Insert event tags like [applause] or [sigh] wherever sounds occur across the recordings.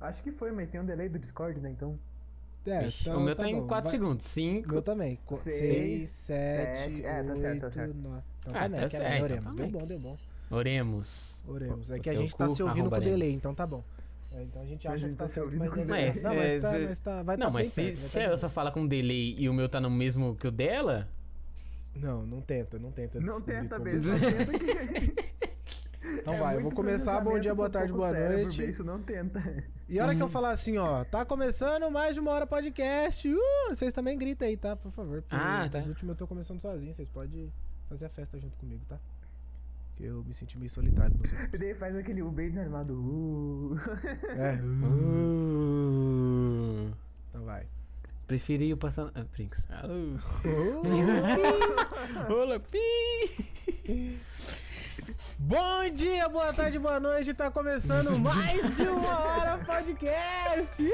Acho que foi, mas tem um delay do Discord, né? Então. É, Vixe, então o meu tá, bom. em 4 Vai- segundos. O 5. meu também. Co- Seis, seis, sete, sete. É, tá certo, tá certo. 8, 9. Então Ah, tá bem, tá aqui é certo, bem, então oremos. tá Deu bem. bom, deu bom. Oremos. Oremos. É O que a seu gente tá cu, se ouvindo com arrobaremos. delay, então tá bom. É, então a gente acha gente que tá tá se se ouvindo, ouvindo com mas não, delay. mas, não, mas, tá, É, é, mas tá, vai não, tá mas bem se, perto, vai se tá bem eu só falar com delay e o meu tá no mesmo que o dela. Não, não tenta, não tenta. Não descobrir tenta, Tá como- é beijo. Não tenta que Então é vai, eu muito vou começar. Bom processamento dia, boa com tarde, pouco boa cérebro, noite. bem, Isso não tenta. E a hora que eu falar assim, ó, tá começando mais de uma hora podcast. Uh, vocês também gritam aí, tá? Por favor. porque Ah, tá. Os últimos eu tô começando sozinho, vocês podem fazer a festa junto comigo, tá? Porque eu me senti meio solitário. Não sei. [laughs] [laughs] E daí faz aquele U bem desarmado. Uh. É, uh, Uh, então vai. preferi o passando. Ah, Brinks. Ah, uh. Uh. Olá, pi! Bom dia, boa tarde, boa noite. Tá começando mais de uma hora podcast. Ih!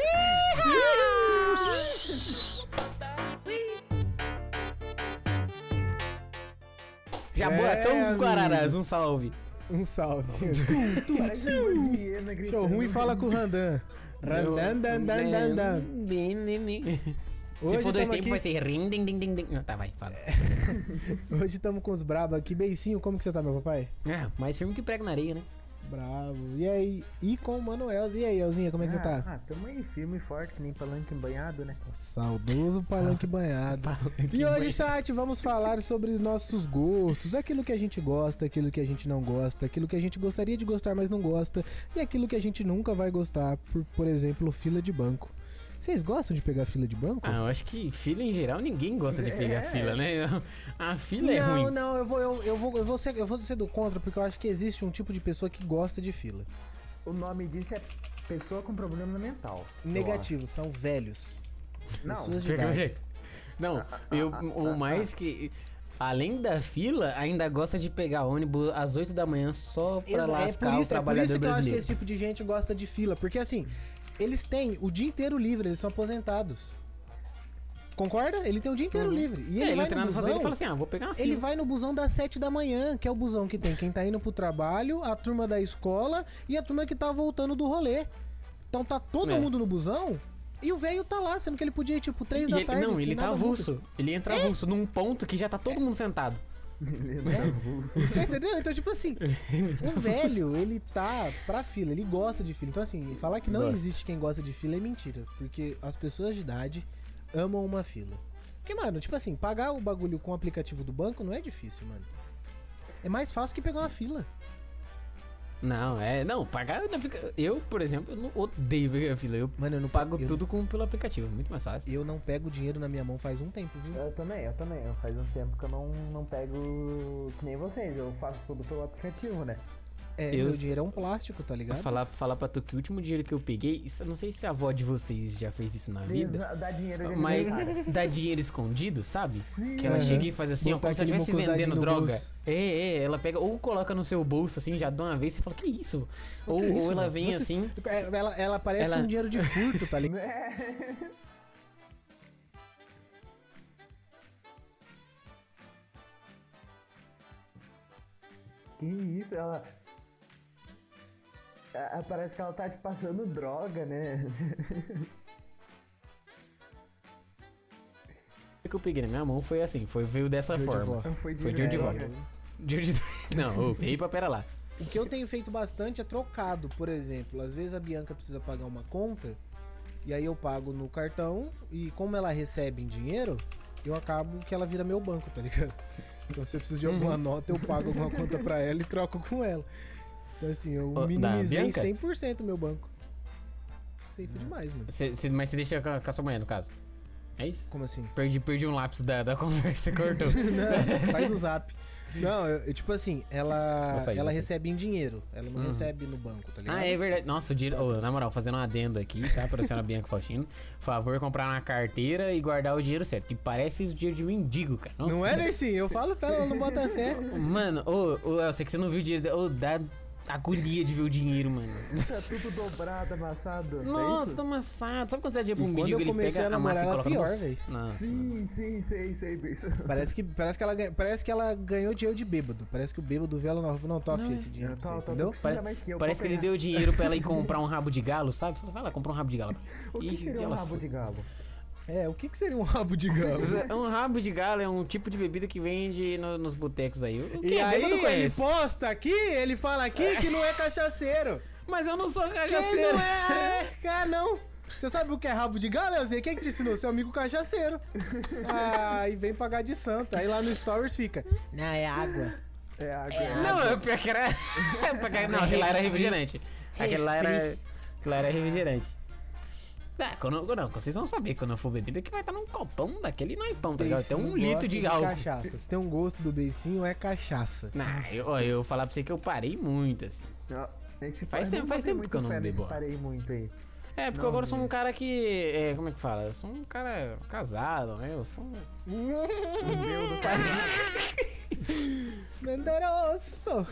Jaboatão dos É, amigos. Guararas, um salve. um salve. Parece um monte de hiena gritando. Show ruim fala com o Randan. Randan, dan, dan, dan, dan. [laughs] Se Hoje for dois tamo tempos, aqui- É. vai ser rim, din, din, din, din. Ah, Tá, vai, fala. Hoje estamos com os brabo aqui. Beicinho, como que você tá, meu papai? Ah, mais firme que prego na areia, né? Bravo. E aí? E com o Manoel. E aí, Elzinha, como é que você tá? Ah, ah, tamo aí firme e forte, que nem palanque banhado, né? Saudoso palanque banhado. E hoje, chat, vamos falar sobre os nossos gostos, aquilo que a gente gosta, aquilo que a gente não gosta, aquilo que a gente gostaria de gostar, mas não gosta, e aquilo que a gente nunca vai gostar, por, por exemplo, fila de banco. Vocês gostam de pegar fila de banco? Ah, eu acho que fila em geral ninguém gosta de pegar fila, né? [laughs] A fila é É. não, ruim. não, eu vou, eu, eu vou, eu vou ser, eu vou ser do contra, porque eu acho que existe um tipo de pessoa que gosta de fila. O nome disso é pessoa com problema mental. eu Negativo, são velhos. acho. Não, Pessoas de Pega- idade. um Não, eu, o mais que. Além da fila, ainda gosta de pegar ônibus às 8 da manhã só pra Exa- lascar é o por trabalhador isso que eu acho que brasileiro. esse tipo de gente gosta de fila, porque assim, eles têm o dia inteiro livre, eles são aposentados. Concorda? Ele tem o dia inteiro livre. E ele, É, ele vai entra no na fazenda busão, e fala assim: ah, vou pegar uma fila. ele vai no busão das 7 da manhã, que é o busão que tem quem tá indo pro trabalho, a turma da escola e a turma que tá voltando do rolê. Então tá todo É. mundo no busão e o velho tá lá, sendo que ele podia ir tipo 3 E da ele- tarde. não, que ele tá nada É. muda. avulso. Ele entra avulso num ponto que já tá todo mundo sentado. [laughs] ele é nervoso. [laughs] Você entendeu? Então, tipo assim, o velho, ele tá pra fila, ele gosta de fila. Então, assim, falar que não Gosta. existe quem gosta de fila é mentira. Porque as pessoas de idade amam uma fila. Porque, mano, tipo assim, pagar o bagulho com o aplicativo do banco não é difícil, mano. É mais fácil que pegar uma fila. Não, é. Não, pagar. eu não fico- Eu, por exemplo, eu não odeio pegar fila. Eu Mano, eu não pago eu- tudo com, pelo aplicativo. Muito mais fácil. Eu não pego dinheiro na minha mão faz um tempo, viu? Eu também, eu também. Eu faz um tempo que eu não, não pego que nem vocês. Eu faço tudo pelo aplicativo, né? É, Eu meu sei. dinheiro é um plástico, tá Pra ligado? falar, falar pra tu que o último dinheiro que eu peguei, isso- eu não sei se a avó de vocês já fez isso na vida. Dá- Dá Tá dinheiro de Mas aniversário. dá dinheiro escondido, sabe? Sim. que ela Aham. chega e faz assim, ó, é. Botar como se ela aquele estivesse mucosadinho vendendo no droga. bolso. É, é, ela pega ou coloca no seu bolso assim, já dá uma vez e fala, que isso? Ou, Que isso, ou ela mano? vem Vocês- assim. É, Ela, ela parece Ela- um dinheiro de furto, [laughs] tá ligado? Que isso, ela. Ah, ah, Parece que ela tá te passando droga, né? O que eu peguei na minha mão foi assim, foi, veio dessa Dinheiro de É, forma. vó. Foi Foi dinheiro de volta. Dinheiro de. [laughs] Não, ô, epa, pera lá. O que eu tenho feito bastante é trocado, por exemplo. Às vezes a Bianca precisa pagar uma conta, e aí eu pago no cartão, e como ela recebe em dinheiro, eu acabo que ela vira meu banco, tá ligado? [laughs] Então se eu preciso Uhum. de alguma nota, eu pago alguma conta pra ela e troco com ela. Então assim, eu da minimizei Bianca? 100% meu banco. Safe demais, mano. Cê- cê- mas você deixa com a, com a sua mulher, no caso. É isso? Como [laughs] assim? Perdi, perdi um lápis da, [laughs] da conversa, cortou. Não, sai do zap. Não, eu- eu, tipo assim, ela, Vou sair, ela vou sair. Hum. recebe em dinheiro. Ela não recebe no banco, tá ligado? Ah, é verdade. Nossa, o dinheiro. ô, na moral, fazendo um adendo aqui, tá? Pra senhora Bianca [laughs] Faustino. Favor, comprar uma carteira e guardar o dinheiro certo. Que parece o dinheiro de um mendigo, cara. Nossa, Não é, Nessim? Eu falo pra ela, ela não bota fé. Mano, ô, ô, eu sei que você não viu o dinheiro. da- Ô, dá agonia de ver o dinheiro, mano. Tá tudo dobrado, amassado. é Nossa, isso? tá amassado. Sabe quando você dá dinheiro pra um quando eu mendigo, ele comecei pega a a massa e namorar, coloca no era bolso? pior, Nossa. Sim, sim, sei, sei, isso. Parece que, parece, que ela, ganha- parece que ela ganhou dinheiro de bêbado. Parece que o bêbado viu ela na rua. Não, tô Não, afim é. esse dinheiro pra você, Tá, tá, entendeu? não precisa Pare- mais que eu, Parece que pode ele deu dinheiro pra ela ir comprar um rabo de galo, sabe? Fala, Vai lá, comprar um rabo de galo. pegar. O que Ih, seria um ela rabo foi. de galo? É, o que, que seria um rabo de galo? [laughs] Um rabo de galo é um tipo de bebida que vende no- nos botecos aí. O que E é? Bêbado aí ele conhece. posta aqui, ele fala aqui que não é [laughs] cachaceiro. Mas eu não sou Quem cachaceiro. não é, é, [laughs] cara, não. Você sabe o que é rabo de galo, Elzinha? Quem é que te ensinou? Seu amigo [laughs] cachaceiro. Ah, e vem pagar de santa. Aí lá no Stories fica. Não, é água. É água. Não, eu pior que era. [laughs] pior que era- não, aquele lá era refrigerante. Aquele lá era. Aquele lá era refrigerante. Ah, quando, não, vocês vão saber quando eu for bebida que vai estar num copão daquele naipão, tá ligado? Tem Beicinho um litro gosta de álcool. Cachaça. Se tem um gosto do beicinho, é [laughs] cachaça. Não, eu, ó, eu vou falar pra você que eu parei muito, assim. Não. Esse Faz eu tempo- não faz botei tempo muito que eu não fé nesse bebo. Parei muito aí. É, porque Não, agora eu sou um meu. cara que. é, como é que fala? Eu sou um cara casado, né? Eu sou um. É. Meu do pai. Menderoso!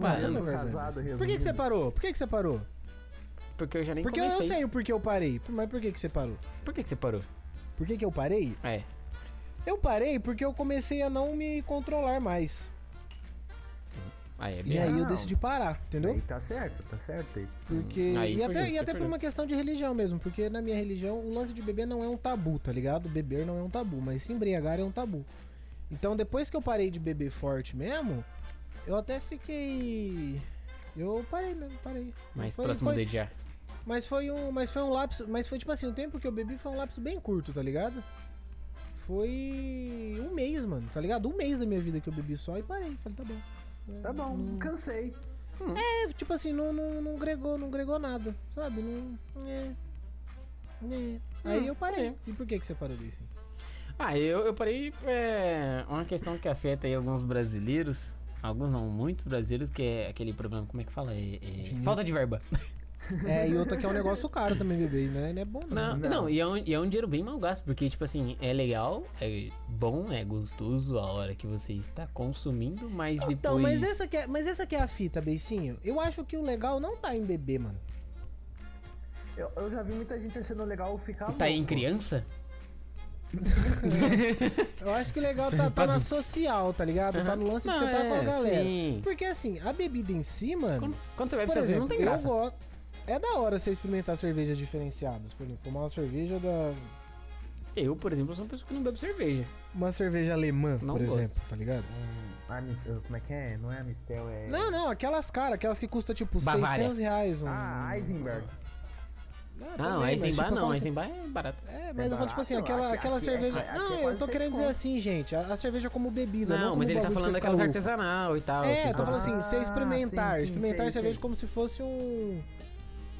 Parando, não, mas- casado, Por que, que você resumindo. parou? Por que, que você parou? porque eu já nem Porque eu, eu comecei. sei o porquê eu parei. Mas por que, que você parou? Por que, que você parou? Por que, que eu parei? É. Eu parei porque eu comecei a não me controlar mais. Aí é E bem. aí eu Não. decidi parar, entendeu? Aí tá certo, tá certo. aí. Hum. Porque. Aí e foi até, justo, e até foi por justo. uma questão de religião mesmo. Porque na minha religião o lance de beber não é um tabu, tá ligado? Beber não é um tabu, mas se embriagar é um tabu. Então depois que eu parei de beber forte mesmo, eu até fiquei. Eu parei mesmo, parei. Mais Foi- próximo foi- dele já. Mas foi um. Mas foi um lapso. Mas foi tipo assim, o tempo que eu bebi foi um lapso bem curto, tá ligado? Foi um mês, mano, tá ligado? Um mês da minha vida que eu bebi só e parei. Falei, tá bom. Tá bom, Não- cansei. É, tipo assim, não, não, não gregou, não gregou nada, sabe? Não. É. É. Aí eu parei. E por que, que você parou disso? Ah, eu, eu parei. É, uma questão que afeta aí alguns brasileiros. Alguns não, muitos brasileiros, que é aquele problema, como é que fala? É- é- falta de verba. É, e outra que é um negócio caro também beber, né? Não é bom, [laughs] não. Não, não. e, é um, e é um dinheiro bem mal gasto, porque, tipo assim, é legal, é bom, é gostoso a hora que você está consumindo, mas depois. Então, mas essa, que é, mas essa que é a fita, Beicinho. Eu acho que o legal não tá em beber, mano. Eu, eu já vi muita gente achando legal ficar Tá aí é louco. em criança? Eu acho que o legal tá, [laughs] tá na social, tá ligado? Tá no lance de você tá com a galera. é, Sim. Porque assim, a bebida em si, mano. Quando, quando você vai Por pra você exemplo, assim, não tem eu graça. gosto. É da hora você experimentar cervejas diferenciadas. Por exemplo, tomar uma cerveja da. Eu, por exemplo, sou uma pessoa que não bebe cerveja. Uma cerveja alemã, Não por gosto. exemplo, tá ligado? Hum, a mis- como é que é? Não é a Mistel, é. Não, não, aquelas caras, aquelas que custa tipo Bavária. 600 reais. Um... Ah, Eisenberg. Não, Ah, Não, também, mas, Eisenbah tipo, eu falo não, assim- Eisenbah é barato. É, mas eu falo tipo assim, barato, aquela, aqui- aquela aqui é- cerveja. aqui é não, eu quase tô seis querendo dizer conto. assim, gente, a, a cerveja como bebida. Não, Não, como mas ele tá bagulho que falando você fica daquelas louco. artesanal e tal. É, vocês eu tô tomam- falando assim, você Ah, experimentar. sim, sim, experimentar sei, cerveja sei. como se fosse um.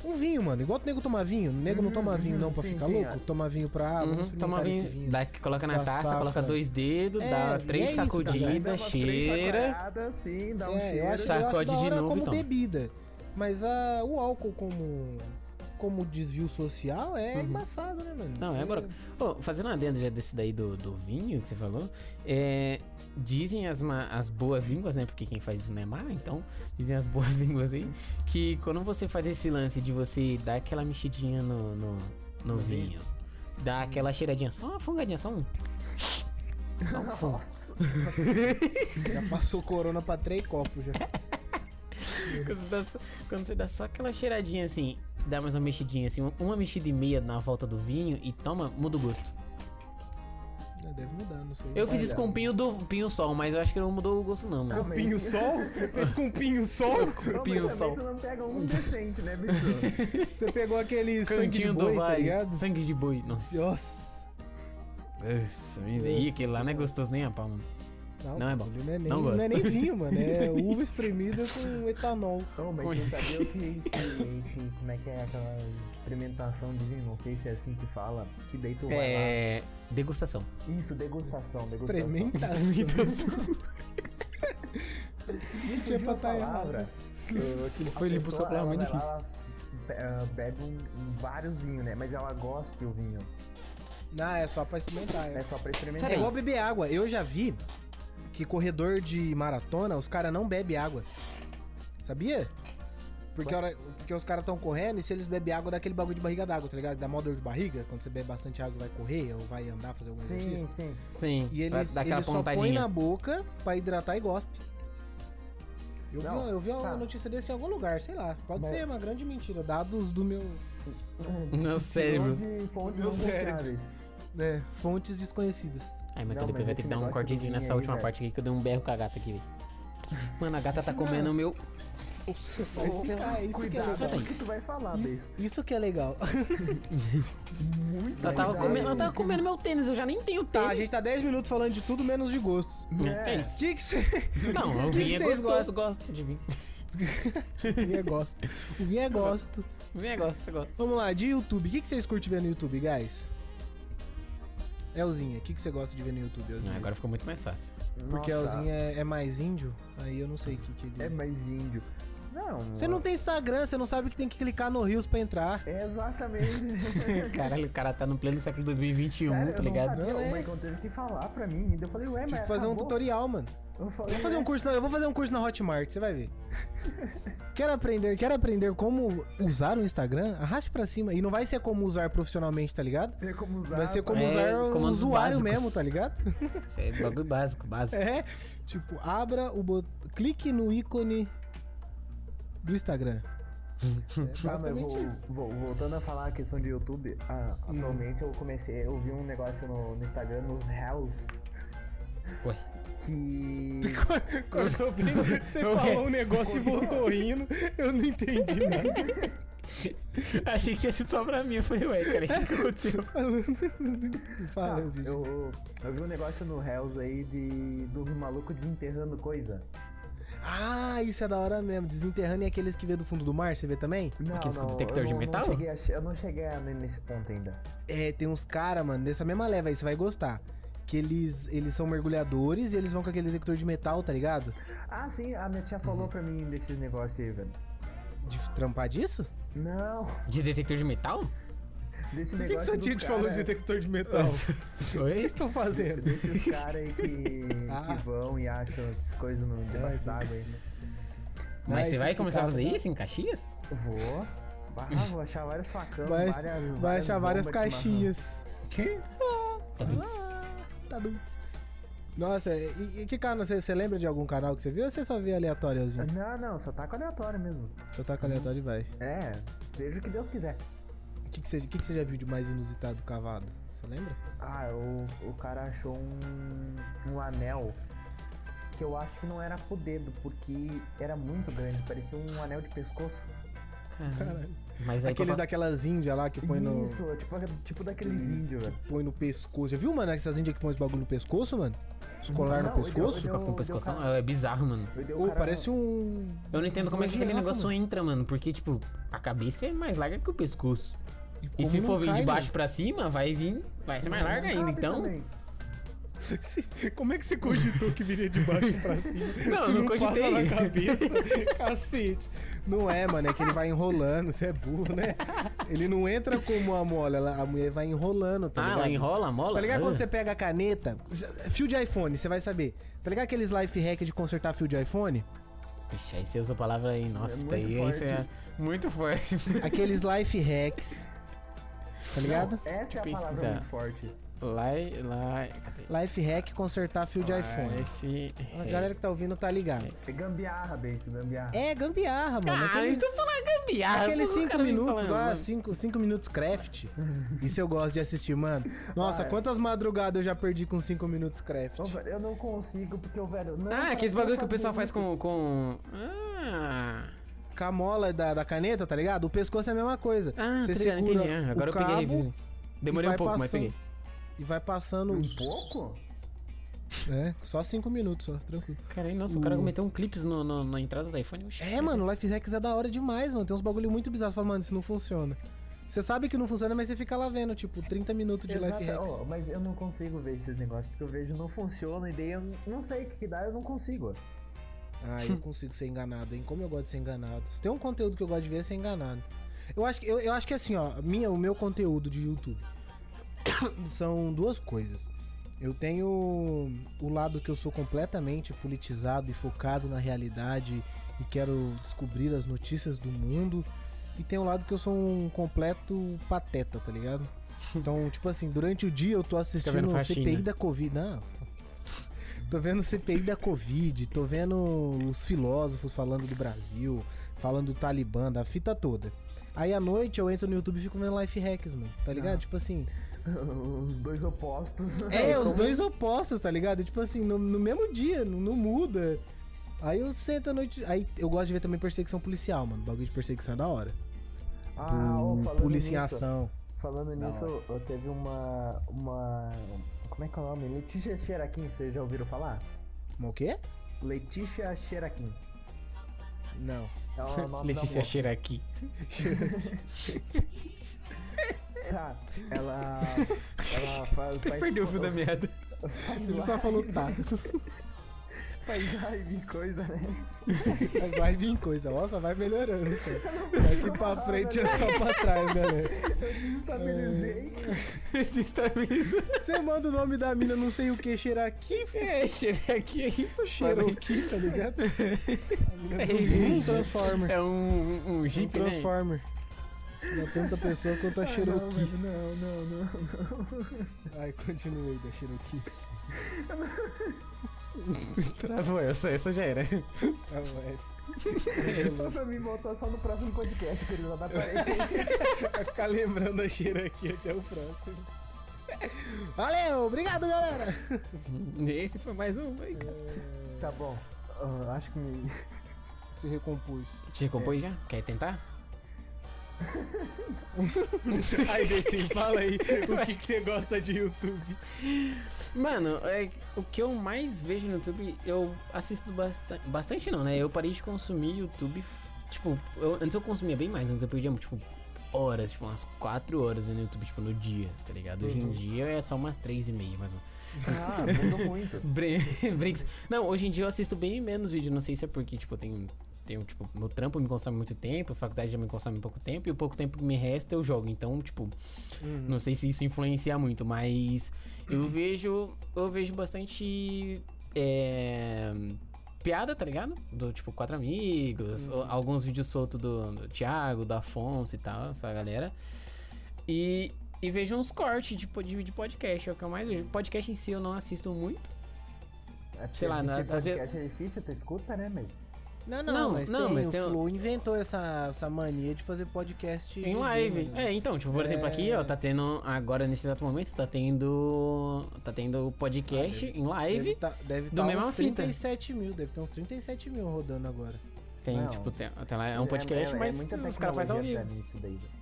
Um vinho, mano. Igual o nego toma vinho. O nego não Uhum, toma vinho não pra sim, ficar sim, louco. é. Toma vinho pra. Ah, vamos Uhum, toma experimentar esse vinho, vinho. dá- coloca na Da taça, coloca safra. dois dedos, É, dá e três é isso, tá ligado? Aí dá sacudidas, umas três cheira. chacoalhadas, Sim, dá um É, eu cheiro. acho, eu acho Sacode da de hora novo, como então. bebida. Mas ah, o álcool como, como desvio social é embaçado, né, mano? Não, é Você- agora. Ô, fazendo uma adendo já desse daí do, do vinho que você falou, é, dizem as, ma- as boas línguas, né? Porque quem faz isso não é má, então dizem as [laughs] boas línguas aí, que quando você faz esse lance de você dar aquela mexidinha no, no, no No vinho. vinho, dar aquela cheiradinha, só uma fungadinha, só um. Só um fungo. Nossa. Já passou corona pra três copos já. Quando você, dá só, quando você dá só aquela cheiradinha assim, dá mais uma mexidinha assim, uma mexida e meia na volta do vinho e toma, muda o gosto. Já Deve mudar, não sei. Eu fiz Olha, isso com um o pinho do pinho sol, mas eu acho que não mudou o gosto não, mano. Calma aí. Pinho [laughs] sol? Fez com pinho sol? Não, Pinho mas sol. também tu não pega um decente, né, bicho? Você pegou aquele sangue de Cantinho boi, do tá vale. ligado? sangue de boi. Nossa. Nossa. Nossa, mas aí aquele lá não é gostoso nem a pau, mano. Não é bom. bagulho Não é nem, Não não é gosto. nem vinho, mano. É uva espremida com etanol. Não, mas você sabia que, que- que- Como é que é aquela experimentação de vinho? Não sei se é assim que fala. Que daí tu vai lá. É. [laughs] Degustação. Isso, degustação, degustação. Experimentação. Não tinha pra tá Ele foi, ele buscou a palavra mais Bebe um- um vários vinhos, né? Mas ela gosta o vinho. Não, é só pra experimentar. É só pra experimentar. É igual beber água. Eu já vi que corredor de maratona, os caras não bebem água. Sabia? Porque, a hora, porque os caras estão correndo e se eles beberem água, dá aquele bagulho de barriga d'água, tá ligado? Dá mó dor de barriga, quando você bebe bastante água vai correr ou vai andar, fazer algum Sim, exercício. sim. Sim, E eles, dá aquela eles só põe pontadinha. na boca pra hidratar e gospe. Eu vi, Não, uma- eu vi uma tá. notícia desse em algum lugar, sei lá. Pode Bom. ser uma grande mentira. Dados do meu. [laughs] assim, Meu cérebro. Tirou de fontes Meu não cérebro. confiáveis. É, fontes desconhecidas. Ai, mas Não, depois mas vai esse ter que dar um é negócio do cortezinho vinho nessa aí, última velho. parte aqui que eu dei um berro com a gata aqui, velho. Mano, a gata tá comendo o meu. Você vai ficar- isso que é Cuidado legal. com o que tu vai falar, Isso, Beis. isso que é legal. Muito Ela tava, cuidado. comendo, ela tava comendo meu tênis, eu já nem tenho tênis. [laughs] Tá, a gente tá 10 minutos falando de tudo menos de gostos. É, tênis. [laughs] Que que [laughs] você. Não, o que vinho é vocês gostoso, gosto de vinho. [laughs] Vinha é gosto. O vinho é gosto. Vinho é gosto, eu gosto. Vamos lá, de YouTube. O que, que vocês curtem ver no YouTube, guys? Elzinha, o que, que você gosta de ver no YouTube, Ah, Elzinha? agora ficou muito mais fácil. Porque Nossa, Elzinha é, é mais índio, aí eu não sei o que, que ele. é mais índio. Não. Você não tem Instagram, você não sabe que tem que clicar no Rios pra entrar. É exatamente. [laughs] [laughs] Caralho, o cara tá no pleno século [laughs] 2021, Sério, tá eu não ligado? sabia. Não, é. O Maicon teve que falar pra mim. Então eu falei, ué, Tinha mas que fazer um acabou. É, né? tutorial, mano. Eu falei, Vou fazer um curso na, eu vou fazer um curso na Hotmart, você vai [laughs] ver. quero aprender, quero aprender como usar o Instagram? Arraste pra cima. E não vai ser como usar profissionalmente, tá ligado? ver como usar. tá?" Vai ser como É, usar o comandos usuário básicos. mesmo, tá ligado? [laughs] Isso é bagulho básico, básico. É. Tipo, abra o bot... clique no ícone [laughs] do Instagram. É Tá, mas eu basicamente vou- isso. Hum. vou- voltando a falar a questão de YouTube, ah, atualmente eu comecei, eu vi um negócio no, no Instagram, nos Reels, Ué. [laughs] [laughs] que... Cortou bem, [laughs] você falou um negócio e voltou rindo. Eu não entendi nada. Achei que tinha sido só pra mim. Eu falei, ué, cara, o que que aconteceu? [laughs] Falando. Ah, Fala, Zid. eu, eu vi um negócio no Reels aí de dos malucos desenterrando coisa. Ah, isso é da hora mesmo. Desenterrando e aqueles que vê do fundo do mar, você vê também? Não, Aqueles com não, detector eu de não- não metal? cheguei a che- eu não cheguei a- nesse ponto ainda. É, tem uns caras, mano, dessa mesma leva aí, você vai gostar. Que eles, eles são mergulhadores e eles vão com aquele detector de metal, tá ligado? Ah, sim, a minha tia Uhum. falou pra mim desses negócios aí, velho. De trampar disso? Não, [laughs] De detector de metal? desse Por que, que negócio sua dos tia te falou de cara- é- detector [laughs] de metal? O que Oi? vocês estão fazendo? Desses caras aí que, [laughs] Ah. É que vão e acham essas coisas no, debaixo d'água aí. né? Mas você vai isso começar a explicava, fazer né? isso é em Caxias? Vou. [laughs] Bah, vou achar vários facão, Vai, várias, vai achar várias bombas de caixinhas. Que? Tá tudo- Tá doido. Nossa, e, e que canal? Você, você lembra de algum canal que você viu ou você só vê aleatóriozinho? chimarrão. Não, não, só tá com aleatório mesmo. Só tá com aleatório e vai. É, seja o que Deus quiser. O que, que, você, o que, que você já viu de mais inusitado cavado? Você lembra? Ah, o, o cara achou um, um anel que eu acho que não era pro dedo, porque era muito grande, parecia um anel de pescoço. Caralho. Mas aí Aqueles pra- daquelas índias lá que põe no. Isso, tipo, tipo daqueles Aqueles índios, velho. Põe no pescoço. Já viu, mano? Essas índias que põe esse bagulho no pescoço, mano? Os colar no Não, eu- pescoço? eu- Fica com deu pescoção. cara- É bizarro, mano. Eu dei o Ô, cara- parece um. Eu não entendo como é que Uma aquele girafa, negócio mano. entra, mano. Porque, tipo, a cabeça é mais larga que o pescoço. E como se não for vir cai, né? [laughs] de baixo pra cima, vai vir. Vai ser mais Não larga ainda, cabe então. também. mano? Como é que você cogitou que viria de baixo pra cima? Não, eu não cogitei. [laughs] Ah, cabeça, [laughs] cacete. Não é, mano, é que ele vai enrolando, você é burro, né? Ele não entra como a mola, ela- a mulher vai enrolando, tá Ah, ligado? ela enrola a mola? Tá ligado Ah. quando você pega a caneta? Fio de iPhone, você vai saber. Tá ligado aqueles life hack de consertar fio de iPhone? Ixi, aí você usa a palavra aí, nossa, É isso daí muito isso é muito [laughs] forte. Aqueles life hacks. Tá ligado? Essa é a Pesquisar. palavra muito forte. lá, lá. Cadê? Life hack consertar fio de iPhone. Life A galera que tá ouvindo tá ligado. É gambiarra, Bento, gambiarra. É gambiarra, mano. Ah, Aqueles- então fala gambiarra. Aqueles por que o 5 cara me minutos fala, lá, mano? 5 minutos [laughs] craft. Isso eu gosto de assistir, mano. Nossa, quantas madrugadas eu já perdi com 5 minutos craft. Ô, velho, Eu não consigo, porque o velho. Não, Ah, pra aqueles bagulho que o fazer pessoal faz isso? com. com... Ah. Camola da, da caneta, tá ligado? O pescoço é a mesma coisa. Ah, Você tá ligado, segura entendi. Ah, o Agora eu peguei a cabo revisão. Demorei um vai pouco, mas passando. peguei. e vai passando... Um pouco? É, só 5 minutos, só, tranquilo. Caralho, nossa, o cara O- meteu um clips no, no- na entrada do iPhone. Oxi, É, mano, o Life Hacks é da hora demais, mano. Tem uns bagulho muito bizarro. Você fala, mano, isso não funciona. Você sabe que não funciona, mas você fica lá vendo, tipo, 30 minutos de Exato. Life Hacks. Ó, mas eu não consigo ver esses negócios, porque eu vejo não funciona, e daí eu não sei o que, que dá, eu não consigo. Ah, eu consigo ser enganado, hein? Como eu gosto de ser enganado. Se tem um conteúdo que eu gosto de ver, é ser enganado. Eu acho que, eu, eu acho que assim, ó, minha, o meu conteúdo de YouTube são duas coisas. Eu tenho o lado que eu sou completamente politizado e focado na realidade e quero descobrir as notícias do mundo. E tem o lado que eu sou um completo pateta, tá ligado? Então, tipo assim, durante o dia eu tô assistindo um vendo o faxina. CPI da Covid. Não. [laughs] Tô vendo um o CPI da Covid, tô vendo os filósofos falando do Brasil, falando do Talibã, da fita toda. Aí à noite eu entro no YouTube e fico vendo life hacks, mano, tá ligado? Ah. Tipo assim, [laughs] Os dois opostos. [laughs] é, os Como- dois opostos, tá ligado? Tipo assim, no, no mesmo dia, não, não muda. Aí eu sento à noite. Aí eu gosto de ver também perseguição policial, mano. Bagulho de perseguição é da hora. Ah, ô, Do falando polícia em nisso, ação. Falando nisso, eu teve uma. uma. Como é que é o nome? Letícia Xeraquim, vocês já ouviram falar? Mas O quê? Letícia Xeraquim. Não. É o nome Letícia da Xeraqui. moça. Tá, ela. Ela faz. Até faz perdeu o fio da meada. [laughs] Faz Ele live, só falou tá. [laughs] faz live e coisa, né? Mas vai vir coisa. Nossa, vai melhorando. só. Daqui pra frente é só pra trás, galera. Estabilizei. Desestabilizou. Você manda o nome da mina, não sei o que, Xeraqui, É, Xeraqui [laughs] aí. Xeroqui, [laughs] tá ligado? A É mina do Transformer. É um, um Um jeep, né? Transformer. Já tanta pessoa quanto a não, Cherokee. velho, não, não, não, não. Ai, continuei da Cherokee. Travou essa, essa já [laughs] era. Ah, vai. Ele falou pra mim voltar só no próximo podcast, querido. Dá pra Vai ficar lembrando da Cherokee até o próximo. Valeu, obrigado, galera! Esse foi mais um. vai. Tá bom. Ah, acho que me. [laughs] Se [laughs] recompus. Te recompõe já? Quer tentar? Aí, Bessim, fala aí, [laughs] o que, que você gosta de YouTube? Mano, é, o que eu mais vejo no YouTube, eu assisto bastante. Bastante não, né? Eu parei de consumir YouTube. f- Tipo, eu- antes eu consumia bem mais, antes eu perdia, tipo, horas, tipo, umas 4 horas vendo YouTube, tipo, no dia, tá ligado? Hoje Uhum. em dia é só umas 3 e meia, mais ou menos. Ah, mudou muito. Bre- [laughs] Brinks. Não, hoje em dia eu assisto bem menos vídeo. Não sei se é porque, tipo, eu tenho. tenho tipo, meu trampo me consome muito tempo, a faculdade já me consome pouco tempo, e o pouco tempo que me resta eu jogo. Então, tipo, não sei se isso influencia muito, mas eu vejo. Eu vejo bastante. É. Piada, tá ligado? Do tipo quatro amigos, Uhum. ou alguns vídeos soltos do, do Thiago, do Afonso e tal, essa galera. E, e vejo uns cortes de, pod- de podcast, é o que eu mais vejo. Podcast em si eu não assisto muito. É porque Sei lá, assistir às- às vezes- podcast é difícil, tu escuta, né, meu? Não, Não, não, mas tem um- o o- Flow inventou essa, essa mania de fazer podcast né? Em live. É, então, tipo, por exemplo, aqui, ó, tá tendo. Agora, nesse exato momento, tá tendo. Tá tendo podcast Ah, em Deve É, live. tá, deve do tá mesma uns fita. 37 mil, deve ter uns 37 mil rodando agora. Tem, Não. tipo, tem, até lá é um podcast, é- é mas muita os caras fazem ao tecnologia vivo, pra mim isso daí.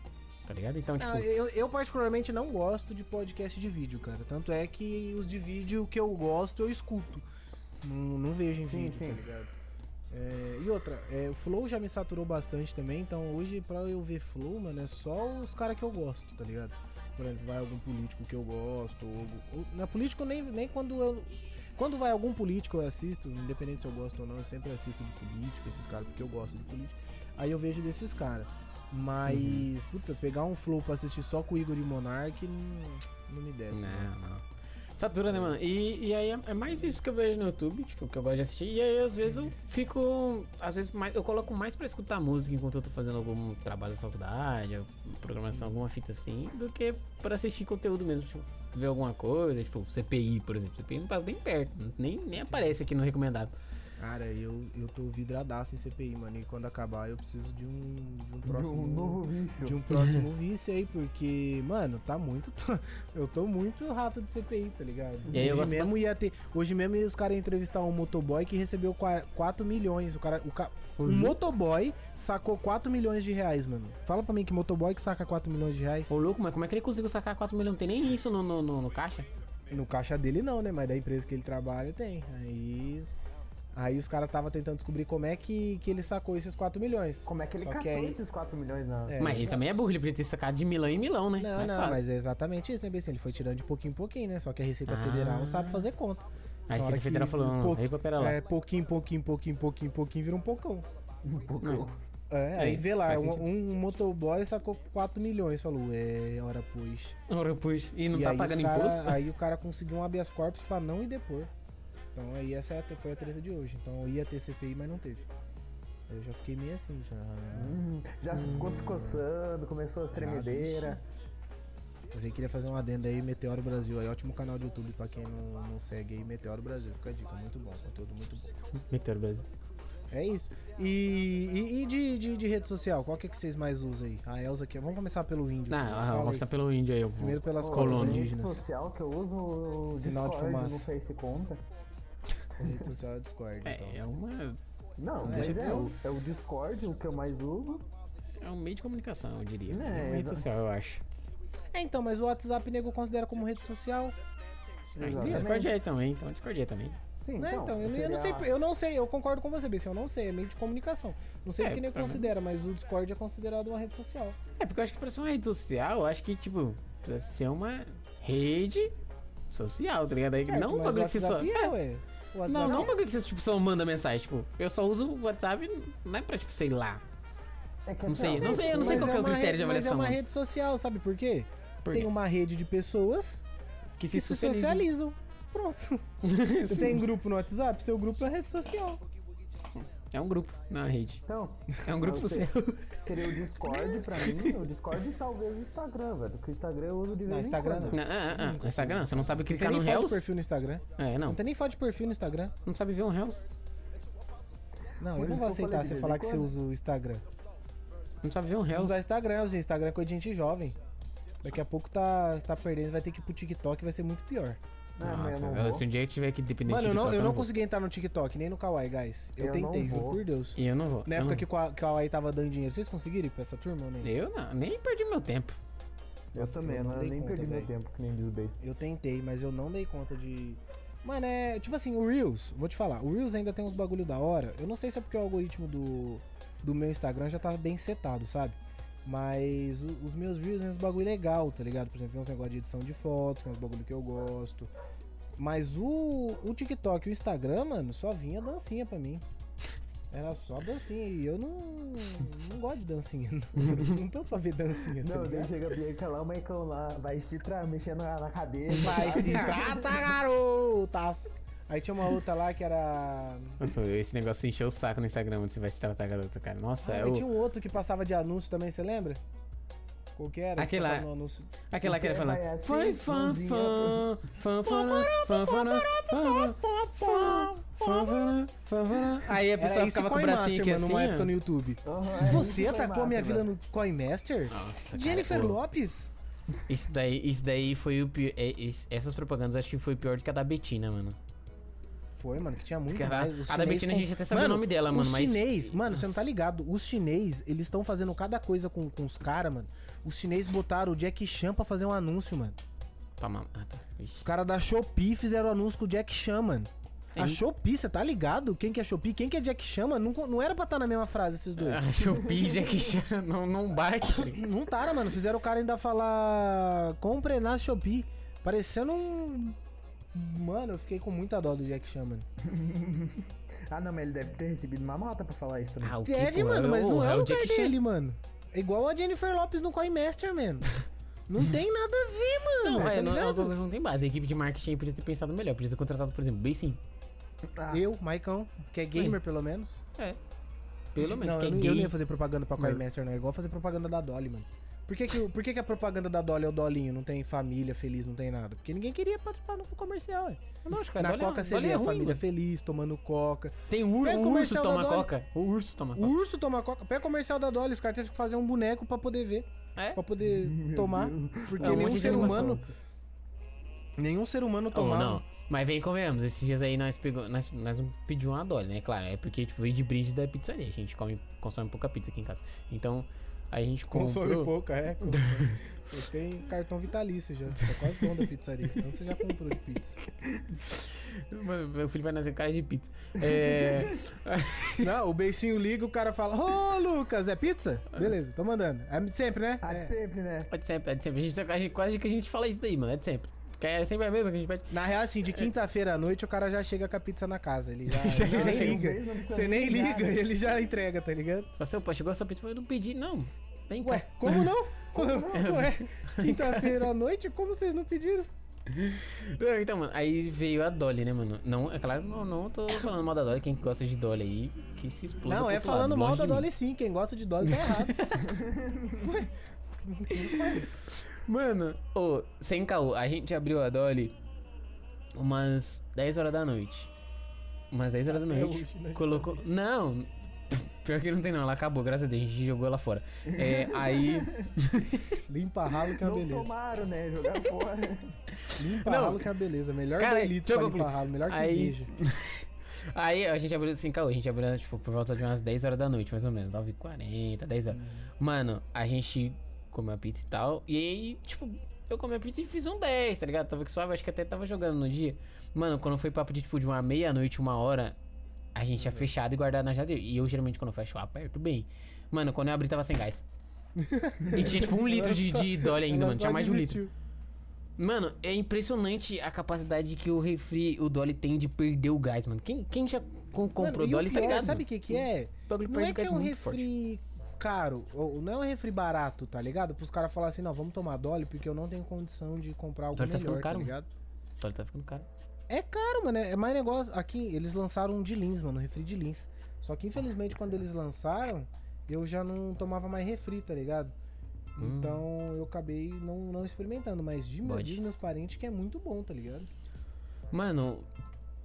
tá ligado? Então, tipo. Ah, eu, eu particularmente não gosto de podcast de vídeo, cara. Tanto é que os de vídeo que eu gosto, eu escuto. Não, não vejo em Sim, vídeo, sim. tá ligado? É, e outra, é, o Flow já me saturou bastante também, então hoje pra eu ver Flow, mano, é só os caras que eu gosto, tá ligado? Por exemplo, vai algum político que eu gosto. Ou, ou- na política eu nem, nem quando eu. Quando vai algum político eu assisto, independente se eu gosto ou não, eu sempre assisto de político, esses caras, porque eu gosto de político. Aí eu vejo desses caras. Mas, puta, pegar um flow pra assistir só com o Igor e Monark não, não me desce. né? Não, não. Satura, né, mano? E, e aí é é mais isso que eu vejo no YouTube, tipo, que eu gosto de assistir. E aí, às vezes, eu fico. Às vezes, mais- eu coloco mais pra escutar música enquanto eu tô fazendo algum trabalho da faculdade, ou programação, alguma fita assim, do que pra assistir conteúdo mesmo. Tipo, ver alguma coisa, tipo, CPI, por exemplo. CPI não passa nem perto, nem, nem aparece aqui no recomendado. Cara, eu, eu tô vidradaço em CPI, mano. E quando acabar eu preciso de um, de um De próximo. um novo vício. de um próximo vício aí, porque, mano, tá muito. [laughs] eu tô muito rato de CPI, tá ligado? E aí eu hoje gosto mesmo bastante- ia ter. Hoje mesmo ia os caras entrevistar um motoboy que recebeu 4 milhões. O cara. O ca... Um motoboy sacou 4 milhões de reais, mano. Fala pra mim que motoboy que saca 4 milhões de reais. Ô, louco, mas como é que ele conseguiu sacar 4 milhões? Não tem nem isso no, no, no- no caixa? No caixa dele não, né? Mas da empresa que ele trabalha tem. Aí. Aí os caras tava tentando descobrir como é que, que ele sacou esses 4 milhões. Como é que ele Só que catou aí- esses 4 milhões na. É, mas ele também é burro, ele podia ter sacado de milão em milão, né? Não, Mais não, fácil. mas é exatamente isso, né, Bessinho? Ele foi tirando de pouquinho em pouquinho, né? Só que a Receita Ah. Federal sabe fazer conta. Aí na hora você federal que- falou, não, não, pouco- recupera lá. É, pouquinho, pouquinho, pouquinho, pouquinho, pouquinho, vira um pocão. Um pouco. É, aí É, vê lá, faz um, sentido. um motoboy sacou 4 milhões, falou, é, ora pois. Ora, pois, e não E tá aí os pagando cara- imposto? Aí o cara conseguiu um habeas corpus pra não ir depor. Então aí essa é a te- foi a treta de hoje. Então ia ter CPI, mas não teve. Eu já fiquei meio assim já. Hum, já ficou se coçando, começou as tremedeiras. Mas aí queria fazer um adendo aí, Meteoro Brasil. Aí, ótimo canal do YouTube pra quem não, não segue aí, Meteoro Brasil. Fica a dica, muito bom, conteúdo muito bom. Meteoro Brasil. É isso. E, e, e de, de, de rede social, qual que é que vocês mais usam aí? A Elza aqui. Vamos começar pelo índio. Ah, Fala ah, aí. vamos começar pelo índio aí. eu vou- Primeiro pelas Pô, colônias rede né? indígenas. social que eu uso o Sinal de Discord, fumaça. Não sei se conta. Rede social é Discord, então. [laughs] É, é, uma, Não, Deixa mas de é, ser o, um. é o Discord o que eu mais uso. é um meio de comunicação, eu diria. Né, É, uma rede exa- social, eu acho. É, então, mas o WhatsApp nego considera como rede social? Ah, então Exatamente. Discord é também, então Discord é também. Sim, né? então, Então, eu, não- eu seria- não sei, eu não sei, eu concordo com você, Bessie, eu não sei, é meio de comunicação. Não sei É, o que nem pra mim- considera, mas o Discord é considerado uma rede social. É, porque eu acho que pra ser uma rede social, eu acho que, tipo, precisa ser uma rede social, tá ligado? Aí Certo, não um mas bagulho o que você só. WhatsApp é, ué. O WhatsApp Não, não é. um bagulho que você, tipo, só manda mensagem. Tipo, eu só uso o WhatsApp, não é pra, tipo, sei lá. É que Não assim, sei, ó, não sei, eu não sei Mas qual que é o uma critério de rede- avaliação. Mas é uma mano. rede social, sabe por quê? Por Tem quê? uma rede de pessoas que que se se socializa. socializam. [laughs] Pronto. Você Sim. tem grupo no WhatsApp, seu grupo é rede social. É um grupo, não é uma rede. Então, É um grupo Eu sei. social. [laughs] seria o Discord pra mim, o Discord e talvez o Instagram, velho. Porque o Instagram eu uso de vez Não, em Instagram quando. Não, ah, ah, ah. Instagram, você não sabe Não tem clicar nem no foto de Reels? perfil no Instagram. É, Não não. tem nem foto de perfil no Instagram. Não sabe ver um Reels. Não, Por eu isso que eu não vou falei aceitar de você vez em falar que você quando. usa o Instagram. Não sabe ver um Reels. usar Instagram, usar Instagram é coisa de gente jovem. Daqui a pouco tá, tá perdendo, vai ter que ir pro TikTok, vai ser muito pior. Ah, mas Nossa, eu não vou. se um dia eu tiver que depender Mano, de eu não, TikTok, eu não vou. consegui entrar no TikTok, nem no Kawaii, guys. Eu, Eu não tentei, juro vou. por Deus. E eu não vou. Na eu época não que o Ka- Kawaii tava dando dinheiro, vocês conseguiram ir pra essa turma ou nem? Eu não, nem perdi meu tempo. Eu Nossa, também, né? eu não eu dei nem conta, perdi meu velho. tempo, que nem diz o Bey. Eu tentei, mas eu não dei conta de. Mano, é. Tipo assim, o Reels, vou te falar, o Reels ainda tem uns bagulho da hora. Eu não sei se é porque o algoritmo do, do meu Instagram já tá bem setado, sabe? Mas o- os meus Reels tem uns bagulho legal, tá ligado? Por exemplo, tem uns negócios de edição de foto, tem uns bagulho que eu gosto. Mas o, o TikTok e o Instagram, mano, só vinha dancinha pra mim. Era só dancinha. E eu não, não gosto de dancinha. [laughs] Não tô pra ver dancinha. tá Não, ligado? daí chega a Bianca lá, o Maicon lá, vai se tra... mexendo na, na cabeça. Vai sabe? se trata, garotas! Aí tinha uma outra lá que era. Ah, Nossa, esse negócio encheu o saco no Instagram onde você vai se tratar, garota, cara. Nossa, Ah, é mas o... tinha um outro que passava de anúncio também, você lembra? Qual que era? Aquele lá. Passava no anúncio. aquela que ele fala. Vai assim, Foi fã, mãozinha fã, fã, fã, fã, fã, fã, fã, fã, fã, fã, fã. Aí a pessoa Era isso ficava e com o bracinho Coinmaster, aqui mano, assim. numa época no ó. YouTube. [laughs] Aham, é, Você isso foi atacou a minha massa, vila velho. no Coinmaster? Nossa, cara, é Jennifer pô. Lopes? Isso daí, isso daí foi o pior. é, es- Essas propagandas acho que foi pior do que a da Betina, mano. Foi, mano, que tinha muito Cara, mais. Os a da chinês Betina a com- gente até sabe o nome dela, mano, Os mas- chinês, mano, você não tá ligado. Os chinês, eles estão fazendo cada coisa com, com os caras, mano. Os chinês botaram o Jack Chan pra fazer um anúncio, mano. Pra mamar. Ah, tá. Ixi. [laughs] Os caras da Shopee fizeram anúncio com o Jack Chan, mano. A Aí- Shopee, você tá ligado? Quem que é Shopee? Quem que é Jack Chan, mano? Não, co- não era pra estar na mesma frase esses dois. A Shopee Jack Chan é não, não bate. tá ligado? Não tara, mano. Fizeram o cara ainda falar. Compre na Shopee. Parecendo um. Mano, eu fiquei com muita dó do Jack Chan, mano. Ah, não, mas ele deve ter recebido uma nota pra falar isso também. Ah, o que, Deve, pô? mano, É mas não é, o Jack Jack Chan ali, mano. É igual a Jennifer Lopes no Coinmaster, [laughs] mano. Não tem nada a ver, mano. Não, tá é, não, é uma ligado? coisa que não tem base. A equipe de marketing podia ter pensado melhor. Podia ter contratado, por exemplo, bem sim. Ah, Eu, Maicão, que é gamer pelo menos. É. Pelo menos, não, que eu, é não- eu gay. não ia fazer propaganda pra Coinmaster, não. É igual fazer propaganda da Dolly, mano. Por que, que, o- por que, que a propaganda da Dolly é o Dolinho? Não tem família feliz, não tem nada. Porque ninguém queria participar no comercial, ué. Lógico, cara, Na olha- Coca você é olha vê a ruim, família mano. feliz, tomando Coca. Tem o, ur- Pega o o urso comercial da toma Dolly. coca. O urso toma O coca. urso toma Coca. Pega o comercial da Dolly, os caras teve que fazer um boneco pra poder ver. É? Pra [laughs] poder tomar. Porque É um monte nenhum de ser animação. humano. Nenhum ser humano Ou tomava. não. Mas vem convenhamos, esses dias aí nós pegou, nós, nós não pedimos uma Dolly, né? Claro, é porque tipo, veio de brinde da pizzaria. A gente come, consome pouca pizza aqui em casa. Então, a gente Consome comprou... pouca, [laughs] é. consome. Você tem cartão vitalício já. Você é quase dono da pizzaria. Então você já comprou de pizza. Mano, Meu filho vai nascer com cara de pizza. [laughs] É... Não, o beicinho liga, o cara fala: Ô, Lucas, é pizza? Beleza, tô mandando. É de sempre, né? Ah, de É. sempre, né? É de sempre, é de sempre. A gente, a gente- quase que a gente fala isso daí, mano. É de sempre. Que é sempre a mesma que a gente pede. Na real, assim, de quinta-feira à noite o cara já chega com a pizza na [laughs] casa. Ele já, Já- já já nem chega. liga. Vocês não precisam Você nem nem ligar, liga, né? ele já entrega, tá ligado? É. Fala assim, opa, chegou essa pizza, mas eu não pedi, não. Vem cá. Ué, como não? Como- Ué, quinta-feira à noite, como vocês não pediram? Não, Então, mano, aí veio a Dolly, né, mano? Não, é claro, não, não tô falando mal da Dolly. Quem gosta de Dolly aí, que se exploda. Não, pro é outro lado, falando mal longe da de mim. Dolly sim. Quem gosta de Dolly tá errado. [laughs] Mano, ô, sem caô, a gente abriu a Dolly umas 10 horas da noite. Umas 10 horas da Até noite. hoje, né? Colocou. Não! Pior que não tem não, ela acabou, graças a Deus, a gente jogou ela fora. É, aí. Limpa ralo que é uma Não beleza. tomaram, né? Jogaram fora. Limpa Não. ralo que é uma beleza. Melhor Cara, delito deixa pra eu limpar concluir. ralo. Melhor que Aí- igreja. Aí a gente abriu sem caô, a gente abriu, tipo, por volta de umas 10 horas da noite, mais ou menos. 9h40, 10 horas. Mano, a gente comeu a pizza e tal. E aí, tipo, eu comi a pizza e fiz um 10, tá ligado? Tava que suave, acho que até tava jogando no dia. Mano, quando foi papo de, tipo, de uma meia-noite, uma hora, a gente tinha fechado e guardado na geladeira. E eu, geralmente, quando eu fecho, eu aperto bem. Mano, quando eu abri, tava sem gás. E tinha, tipo, um litro de, de dólar ainda, Ela mano. só Tinha mais de um litro. desistiu. Mano, é impressionante a capacidade que o refri, o Dolly tem de perder o gás, mano. Quem, quem já com- comprou Mano, e o Dolly tá pior, ligado? Sabe o que que é? O bagulho Não perde é o que gás é um muito forte. refri caro, ou não é um refri barato, tá ligado? Pros caras falarem assim, não, vamos tomar Dolly porque eu não tenho condição de comprar algo Dolly tá melhor, ficando tá caro, ligado? O Dolly tá ficando caro. É caro, mano. É é mais negócio. Aqui eles lançaram um de Lins, mano, um refri de Lins. Só que infelizmente quando eles lançaram, eu já não tomava mais refri, tá ligado? Hum. Então eu acabei não, não experimentando, mas de meu, Bode. diz meus parentes que é muito bom, tá ligado? Mano,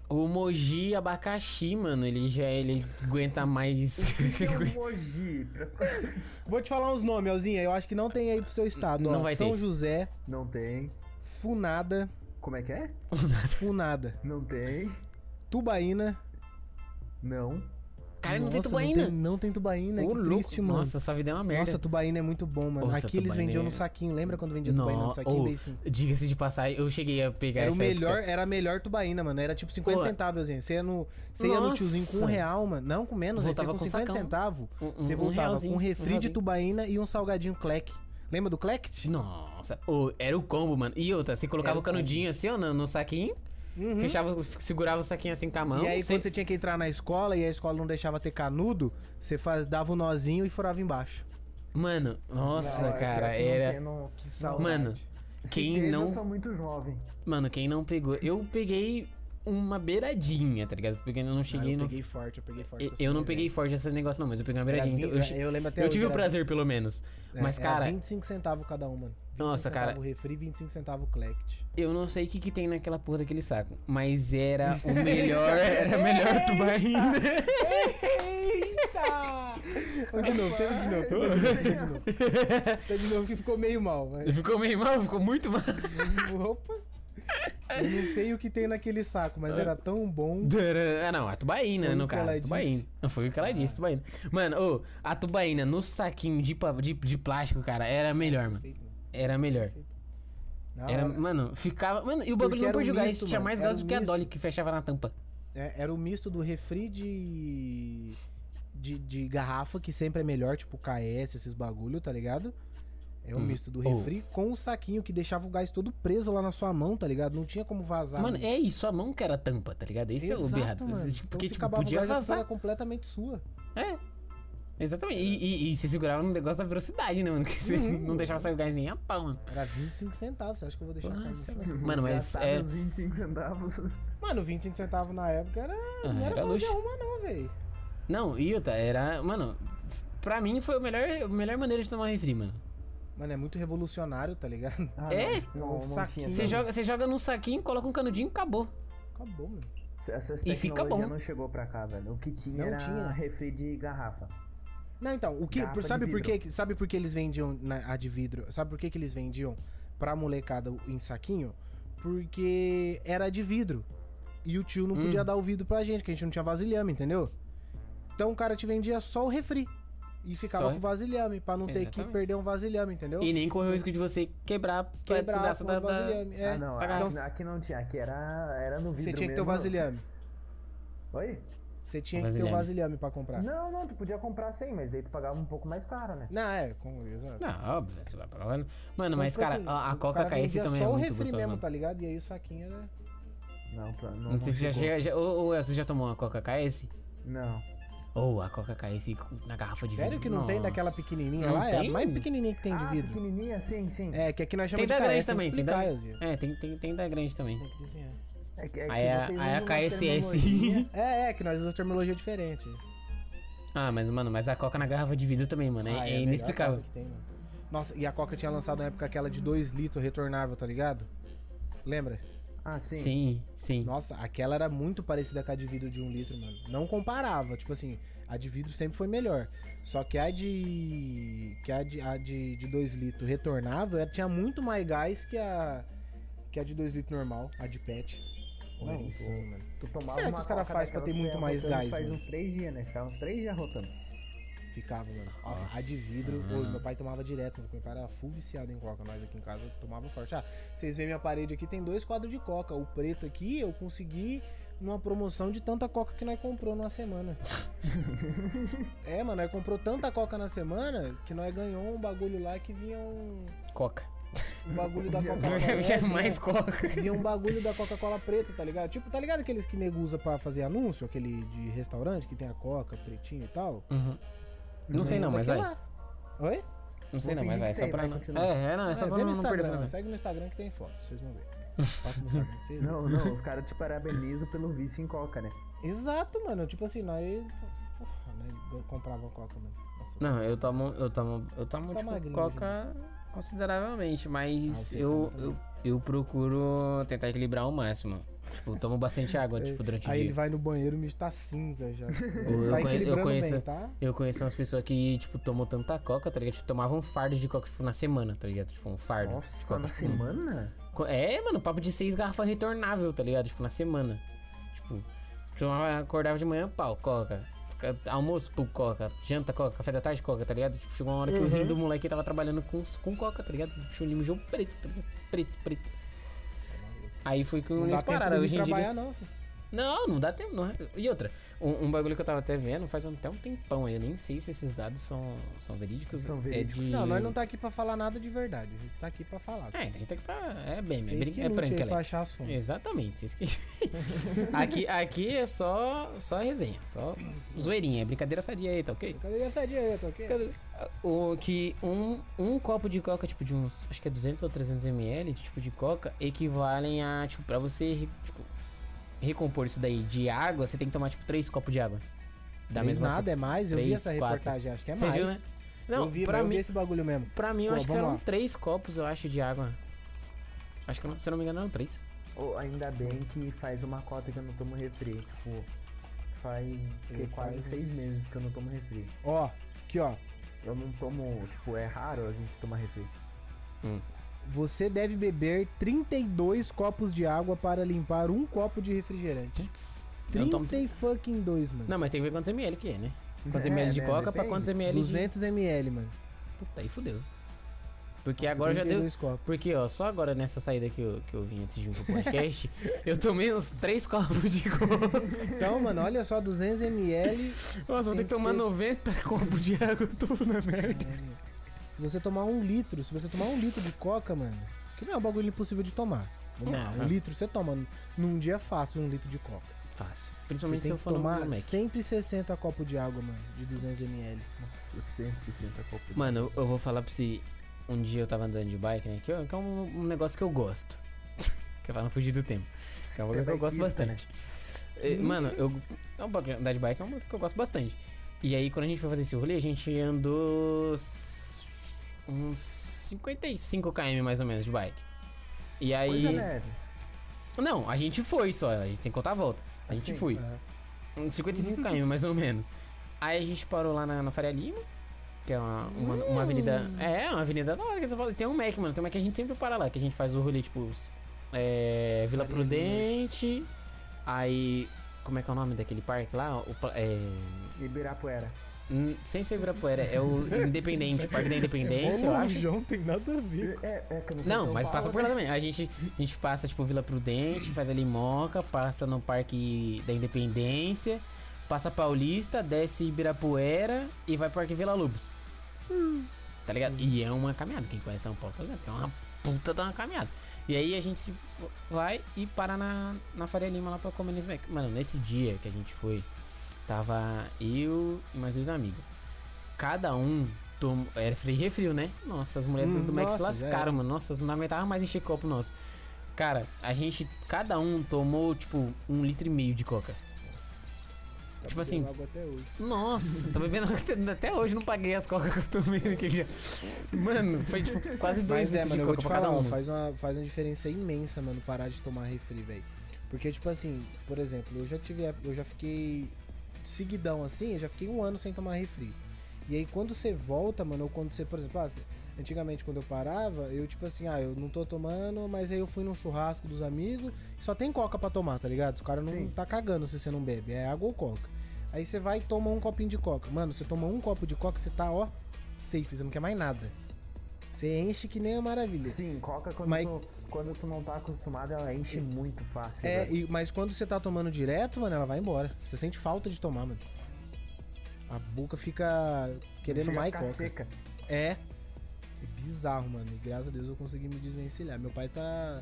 o Moji abacaxi, mano, ele já ele aguenta mais. é um Que emoji. pra- Vou te falar uns nomes, Elzinha. Eu acho que não tem aí pro seu estado. Não ó. vai São ter. José, Não tem. Funada, Como é que é? Funada, Não tem. Tubaína. Não. [laughs] Cara, não tem Nossa, tubaína. tem- Não tem Tubaína, que Ô, louco. triste, mano. Nossa, sua vida é uma merda. Nossa, Tubaína é muito bom, mano. Nossa, Aqui eles Tubaína vendiam é- no saquinho. Lembra quando vendia Tubaína no Nó- saquinho? ô, Veio assim. Diga-se de passagem, eu cheguei a pegar Era o essa melhor, época. era a melhor tubaína, mano. Era tipo 50 Pô. centavos, gente. Você ia no, você ia no Nossa. tiozinho com um real, mano. Não, com menos, aí você Voltava com com 50 sacão. centavos, Um- um- você voltava um com realzinho, um um refri de realzinho. tubaína e um salgadinho clec. Lembra do clect? Nossa, ô, era o combo, mano. E outra, você colocava Era o Uhum. o canudinho assim, ó, no, no saquinho, fechava, segurava o saquinho assim com a mão. E aí você- quando você tinha que entrar na escola e a escola não deixava ter canudo, você faz, dava o nozinho e furava embaixo. Mano, nossa, Não, cara, pior que não era. tem, não- que saudade. Mano, Se quem teve, não- Eu sou muito jovem. Mano, quem não pegou. Eu peguei uma beiradinha, tá ligado? Porque eu não Ah, cheguei eu no. peguei forte, eu peguei forte. Eu, eu não peguei forte esse negócio, não, mas eu peguei uma beiradinha. então eu, eu, che- é, eu lembro até eu hoje, tive o era- prazer, pelo menos. é, mas, era cara, 25 centavos cada um, mano. 25 Nossa, cara. centavos refri, 25 centavos clect. eu não sei o que, que tem naquela porra daquele saco. Mas era [laughs] o melhor. era melhor tubaína. Eita! de novo, tenta de novo, tenta de novo, tenta de novo. Tenta de novo que ficou meio mal, mas... ficou meio mal, ficou muito mal. [laughs] Opa! Eu não sei o que tem naquele saco, mas era tão bom. Tcharam. Ah, não, a tubaína, Foi né, o Ah. no que ela caso. Tubaína. disse. Não foi o que ela disse, tubaína. Mano, ô, a tubaína no saquinho de, pa- de, de plástico, cara, era melhor, mano. Era melhor. Na Era, hora. mano, ficava. Mano, e Porque o bagulho não era um perdia o gás. misto, Tinha mano, mais era gás um do que a misto. Dolly que fechava na tampa. É, era o misto do refri de... de. de garrafa, que sempre é melhor, tipo KS, esses bagulho, tá ligado? É o Hum. misto do Oh. refri com o saquinho que deixava o gás todo preso lá na sua mão, tá ligado? Não tinha como vazar. Mano, é isso, a mão que era a tampa, tá ligado? Esse é o berrado. mano. Tipo, porque, então, se tipo, acabava o podia gás, a pessoa vazar. era completamente sua. É. Exatamente. E, e, e você segurava no negócio da velocidade, né, mano? Que você Uhum. não deixava sair o gás nem a pau, mano. Era 25 centavos, você acha que eu vou deixar cair no Nossa, chão? mano, mas Gastaram é. os 25 centavos. Mano, 25 centavos na época era. ah, não era, Era pra de luxo. arrumar, não, velho. Não, Iota era. Mano, pra mim foi o melhor, a melhor maneira de tomar refri, mano. Mano, é muito revolucionário, tá ligado? [laughs] Ah, É? Não, não, Um não saquinho. tinha Você essa- joga, você joga num saquinho, coloca um canudinho e acabou. Acabou, mano. Essas E fica tecnologias bom. não chegou pra cá, velho. O que tinha Não era tinha. refri de garrafa. Não, então, o que. Garrafa por- de sabe, por vidro. que, sabe por que eles vendiam na- a de vidro? Sabe por que, que eles vendiam pra molecada em saquinho? Porque era de vidro. E o tio não Hum. podia dar o vidro pra gente, que a gente não tinha vasilhame, entendeu? Então o cara te vendia só o refri. E ficava Só com re- vasilhame, pra não ter que Exatamente. perder um vasilhame, entendeu? E nem correu o risco de você quebrar, Quebrar pra desgraça com da, o da, vasilhame. É, ah, não. pra aqui, garrafa. aqui não tinha. Aqui era, era no vidro você tinha que ter o mesmo. vasilhame. Oi? Você tinha que ter o Vasilhame. vasilhame pra comprar. Não, não. Tu podia comprar sem, mas daí tu pagava um pouco mais caro, né? Não, é, com exato. Não, óbvio, você vai pra lá. né? Mano, mas, Então, tipo cara, assim, a, a os Coca cara KS vendia também é só o muito refri gostosa. mesmo, mano. tá ligado? E aí o saquinho era. Não, pra, não, Não sei se já Tipo- chegou. chega. já- Ou, ou essa já tomou uma Coca KS? Não. Ou a Coca KS na garrafa de Sério vidro. que não tem Nossa, daquela pequenininha não lá? É a tem? mais pequenininha que tem de ah, vidro. pequenininha, sim, sim. É, que aqui nós Tem chamamos da de grande KS, tem que também, tem da... explicar, Elzir. É, tem, tem, tem da grande também. Tem que desenhar. É, que- é que Aí a, vocês aí a usam umas KSS. terminologia- É, é, que nós usamos terminologia diferente. [laughs] ah, mas, mano, mas a Coca na garrafa de vidro também, mano. É, Ah, é a melhor inexplicável. Coca que tem, mano. Nossa, e a Coca tinha lançado na época aquela de 2 litros retornável, tá ligado? Lembra? Ah, sim. Sim, sim. Nossa, aquela era muito parecida com a de vidro de 1 um litro, mano. Não comparava, tipo assim, a de vidro sempre foi melhor. Só que a de. que a de 2 a de, de dois litros retornável era, tinha muito mais gás que a. que a de 2 litros normal, a de PET. Pô, era Não, insano, mano. Tu que tomava será que uma os cara coca faz pra daquela ter que muito você ia mais rotando gás, Faz mano? uns três dias, né? Ficava uns três dias [laughs] rotando. Ficava, mano. Nossa, a de Nossa, vidro. ô, mano. meu pai tomava direto, mano. Meu pai era full viciado em coca. Nós aqui em casa tomava forte. Ah, vocês veem minha parede aqui, tem dois quadros de coca. O preto aqui eu consegui numa promoção de tanta coca que nós comprou numa semana. é, mano, nós comprou tanta coca na semana que nós ganhou um bagulho lá que vinha um, Coca. um bagulho da [laughs] Coca-Cola. Já é Red, né? mais Coca. Vinha um bagulho da Coca-Cola preto, tá ligado? Tipo, tá ligado aqueles que nego usa pra fazer anúncio? Aquele de restaurante que tem a coca pretinho e tal? Uhum. Não sei não, mas vai. Daquele lá. Oi? Não sei Vou não, fingir mas vai. que Só sei, pra vai, não. continua. É, é, não, é só É, pra vê não, no não perder. Instagram, também. segue no Instagram que tem foto, vocês vão ver. Passa no Instagram que vocês Não, não, os caras te parabenizam pelo vício em coca, né? vê. Exato, mano. Tipo assim, nós. Porra, nós comprava coca, mano. Nossa, Não, eu tomo, eu tomo, Você eu tomo tá tipo, magrinho, coca consideravelmente, Ah, mas você toma eu, também. eu, eu procuro tentar equilibrar ao máximo. Tipo, eu tomo bastante água, tipo, durante o Aí dia. ele vai no banheiro e o bicho tá cinza [laughs] já. eu tá conhe- eu equilibrando conheço- bem, tá? Eu conheço umas pessoas que, tipo, tomam tanta coca, tá ligado? Tipo, tomavam fardos de coca, tipo, na semana, tá ligado? Tipo, um fardo. de Nossa, coca, na tipo, semana? co- É, mano, papo de seis garrafas retornável, tá ligado? Tipo, na semana. Tipo, tomava, acordava de manhã, pau, coca. Almoço, pô, coca. Janta, coca. Café da tarde, coca, tá ligado? Tipo, chegou uma hora que o Uhum. rim do moleque tava trabalhando com, com coca, tá ligado? Tinha um limão preto, tá ligado? Preto, preto. Aí foi que Não eles dá tempo pararam. de Hoje em dia eles trabalhar, não, filho. não, não dá tempo. Não. E outra, um, um bagulho que eu tava até vendo faz um- até um tempão aí. Eu nem sei se esses dados são, são verídicos. São é verídicos. de- Não, nós não tá aqui pra falar nada de verdade. A gente tá aqui pra falar. É, tem que ter que tá. É bem, é, Vocês brin... que é lute aí branca, pra né? achar as fontes. Exatamente. vocês que- [laughs] aqui, aqui é só, só resenha, só zoeirinha, é brincadeira sadia aí, tá ok? Cadê essa dieta, ok? O que um, um copo de coca, tipo, de uns, acho que é 200 ou 300 ml, de tipo, de coca, equivalem a, tipo, pra você, re- tipo, recompor isso daí de água, você tem que tomar, tipo, três copos de água. Da Três mesma nada, é proporção. mais? Eu vi Três, essa quatro. reportagem, acho que é Você mais. viu, né? Não, eu vi, pra, mas eu vi mim, esse bagulho mesmo. pra mim, eu Pô, acho que vamos eram lá. três copos, eu acho, de água. Acho que, eu não- se eu não me engano, eram três. Ou ainda bem que faz uma cota que eu não tomo refri. Tipo, faz que, Ele quase faz- seis meses que eu não tomo refri. Ó, aqui ó. Eu não tomo, tipo, é raro a gente tomar refri. Você deve beber 32 copos de água para limpar um copo de refrigerante. Putz, Hum, eu 30 tomo- e fucking 2, mano. Não, mas tem que ver quantos ml que é, né? Quantos É, ml de né, coca pra depende. quantos ml de... 200 ml, mano. Puta, aí fudeu. Porque agora já deu... 32 copos. Porque, ó, só agora nessa saída que eu, que eu vim antes de vir pro podcast, [laughs] eu tomei uns três copos de coca. Então, mano, olha só, 200 ml. Nossa, vou Tem ter que que tomar ser- É. 90 copos de água, eu tô na merda. Caralho. Se você tomar um litro, se você tomar um litro de coca, mano, que não é um bagulho impossível de tomar. Vamos lá, Não. um litro você toma num dia fácil, um litro de coca. Fácil. Você Principalmente se tem eu que for no no tomar Mac. 160 copos de água, mano, de 200 ml. Nossa, 160 copos. Mano, eu- eu vou falar pra você. Um dia eu tava andando de bike, né? Que, eu- que é um, um negócio que eu gosto. [laughs] que é pra não fugir do tempo. Que é um bagulho que eu gosto Bikeista, né? bastante. Eh, Mano, eu. É um bagulho, andar de bike é um bagulho que eu gosto bastante. E aí, quando a gente foi fazer esse rolê, a gente andou. s- uns 55 km mais ou menos de bike. E aí. Coisa né? leve. Não, a gente foi só, a gente tem que contar a volta. A gente Assim, foi. É. Uns Uhum. 55 km, mais ou menos. Aí a gente parou lá na, na Faria Lima, que é uma, uma, uma avenida. Hum. É, uma avenida da hora que você fala. Tem um Mac, mano. Tem um Mac que a gente sempre para lá, que a gente faz o rolê, tipo, os- é, Vila Faria Lima. Prudente. Aí. Como é que é o nome daquele parque lá? O, pa- é, Ibirapuera. n- sem ser Ibirapuera, é o [laughs] Independente, Parque da Independência, eu Ô, acho. João, tem nada a ver. É, é que eu não, sei Não, São mas passa Paulo, por lá também. A gente, a gente passa, tipo, Vila Prudente, faz ali Moca, passa no Parque da Independência, passa Paulista, desce Ibirapuera e vai pro Parque Vila Lobos. Tá ligado? E é uma caminhada, quem conhece São Paulo, tá ligado? Que É uma puta de uma caminhada. E aí a gente vai e para na, na Faria Lima lá pra comer nesse Mac. Mano, nesse dia que a gente foi, Tava eu e mais dois amigos. Cada um tomou. Era free refil, né? Nossa, as mulheres Hum, do Mac se nossa, já era. lascaram, mano. Nossa, não aguentava mais encher copo nosso. Cara, a gente. Cada um tomou, tipo, um litro e meio de coca. Tá Tipo assim, bebendo água até hoje. Nossa, tô bebendo [laughs] até- até hoje, não paguei as cocas que eu tomei naquele dia. Mano, foi tipo quase dois Mas é, litros mano, eu vou de coca te pra falar, cada ó, um. faz, uma, faz uma diferença imensa, mano, parar de tomar refri, velho. Porque, tipo assim, por exemplo, eu já tive. a- Eu já fiquei seguidão assim, eu já fiquei um ano sem tomar refri. E aí quando você volta, mano, ou quando você, por exemplo, ah, cê- antigamente quando eu parava, eu tipo assim, ah, eu não tô tomando, mas aí eu fui num churrasco dos amigos, só tem coca pra tomar, tá ligado? Os caras não Sim. tá cagando se você não bebe, é água ou coca. Aí você vai e toma um copinho de coca. Mano, você toma um copo de coca, você tá, ó, safe, você não quer mais nada. Você enche que nem a maravilha. Sim, coca quando, Mas- tu, quando tu não tá acostumado, ela enche muito fácil. É, velho. e- mas quando você tá tomando direto, mano, ela vai embora. Você sente falta de tomar, mano. A boca fica querendo Chega a mais ficar coca. seca. É. É bizarro, mano. E graças a Deus eu consegui me desvencilhar. Meu pai tá.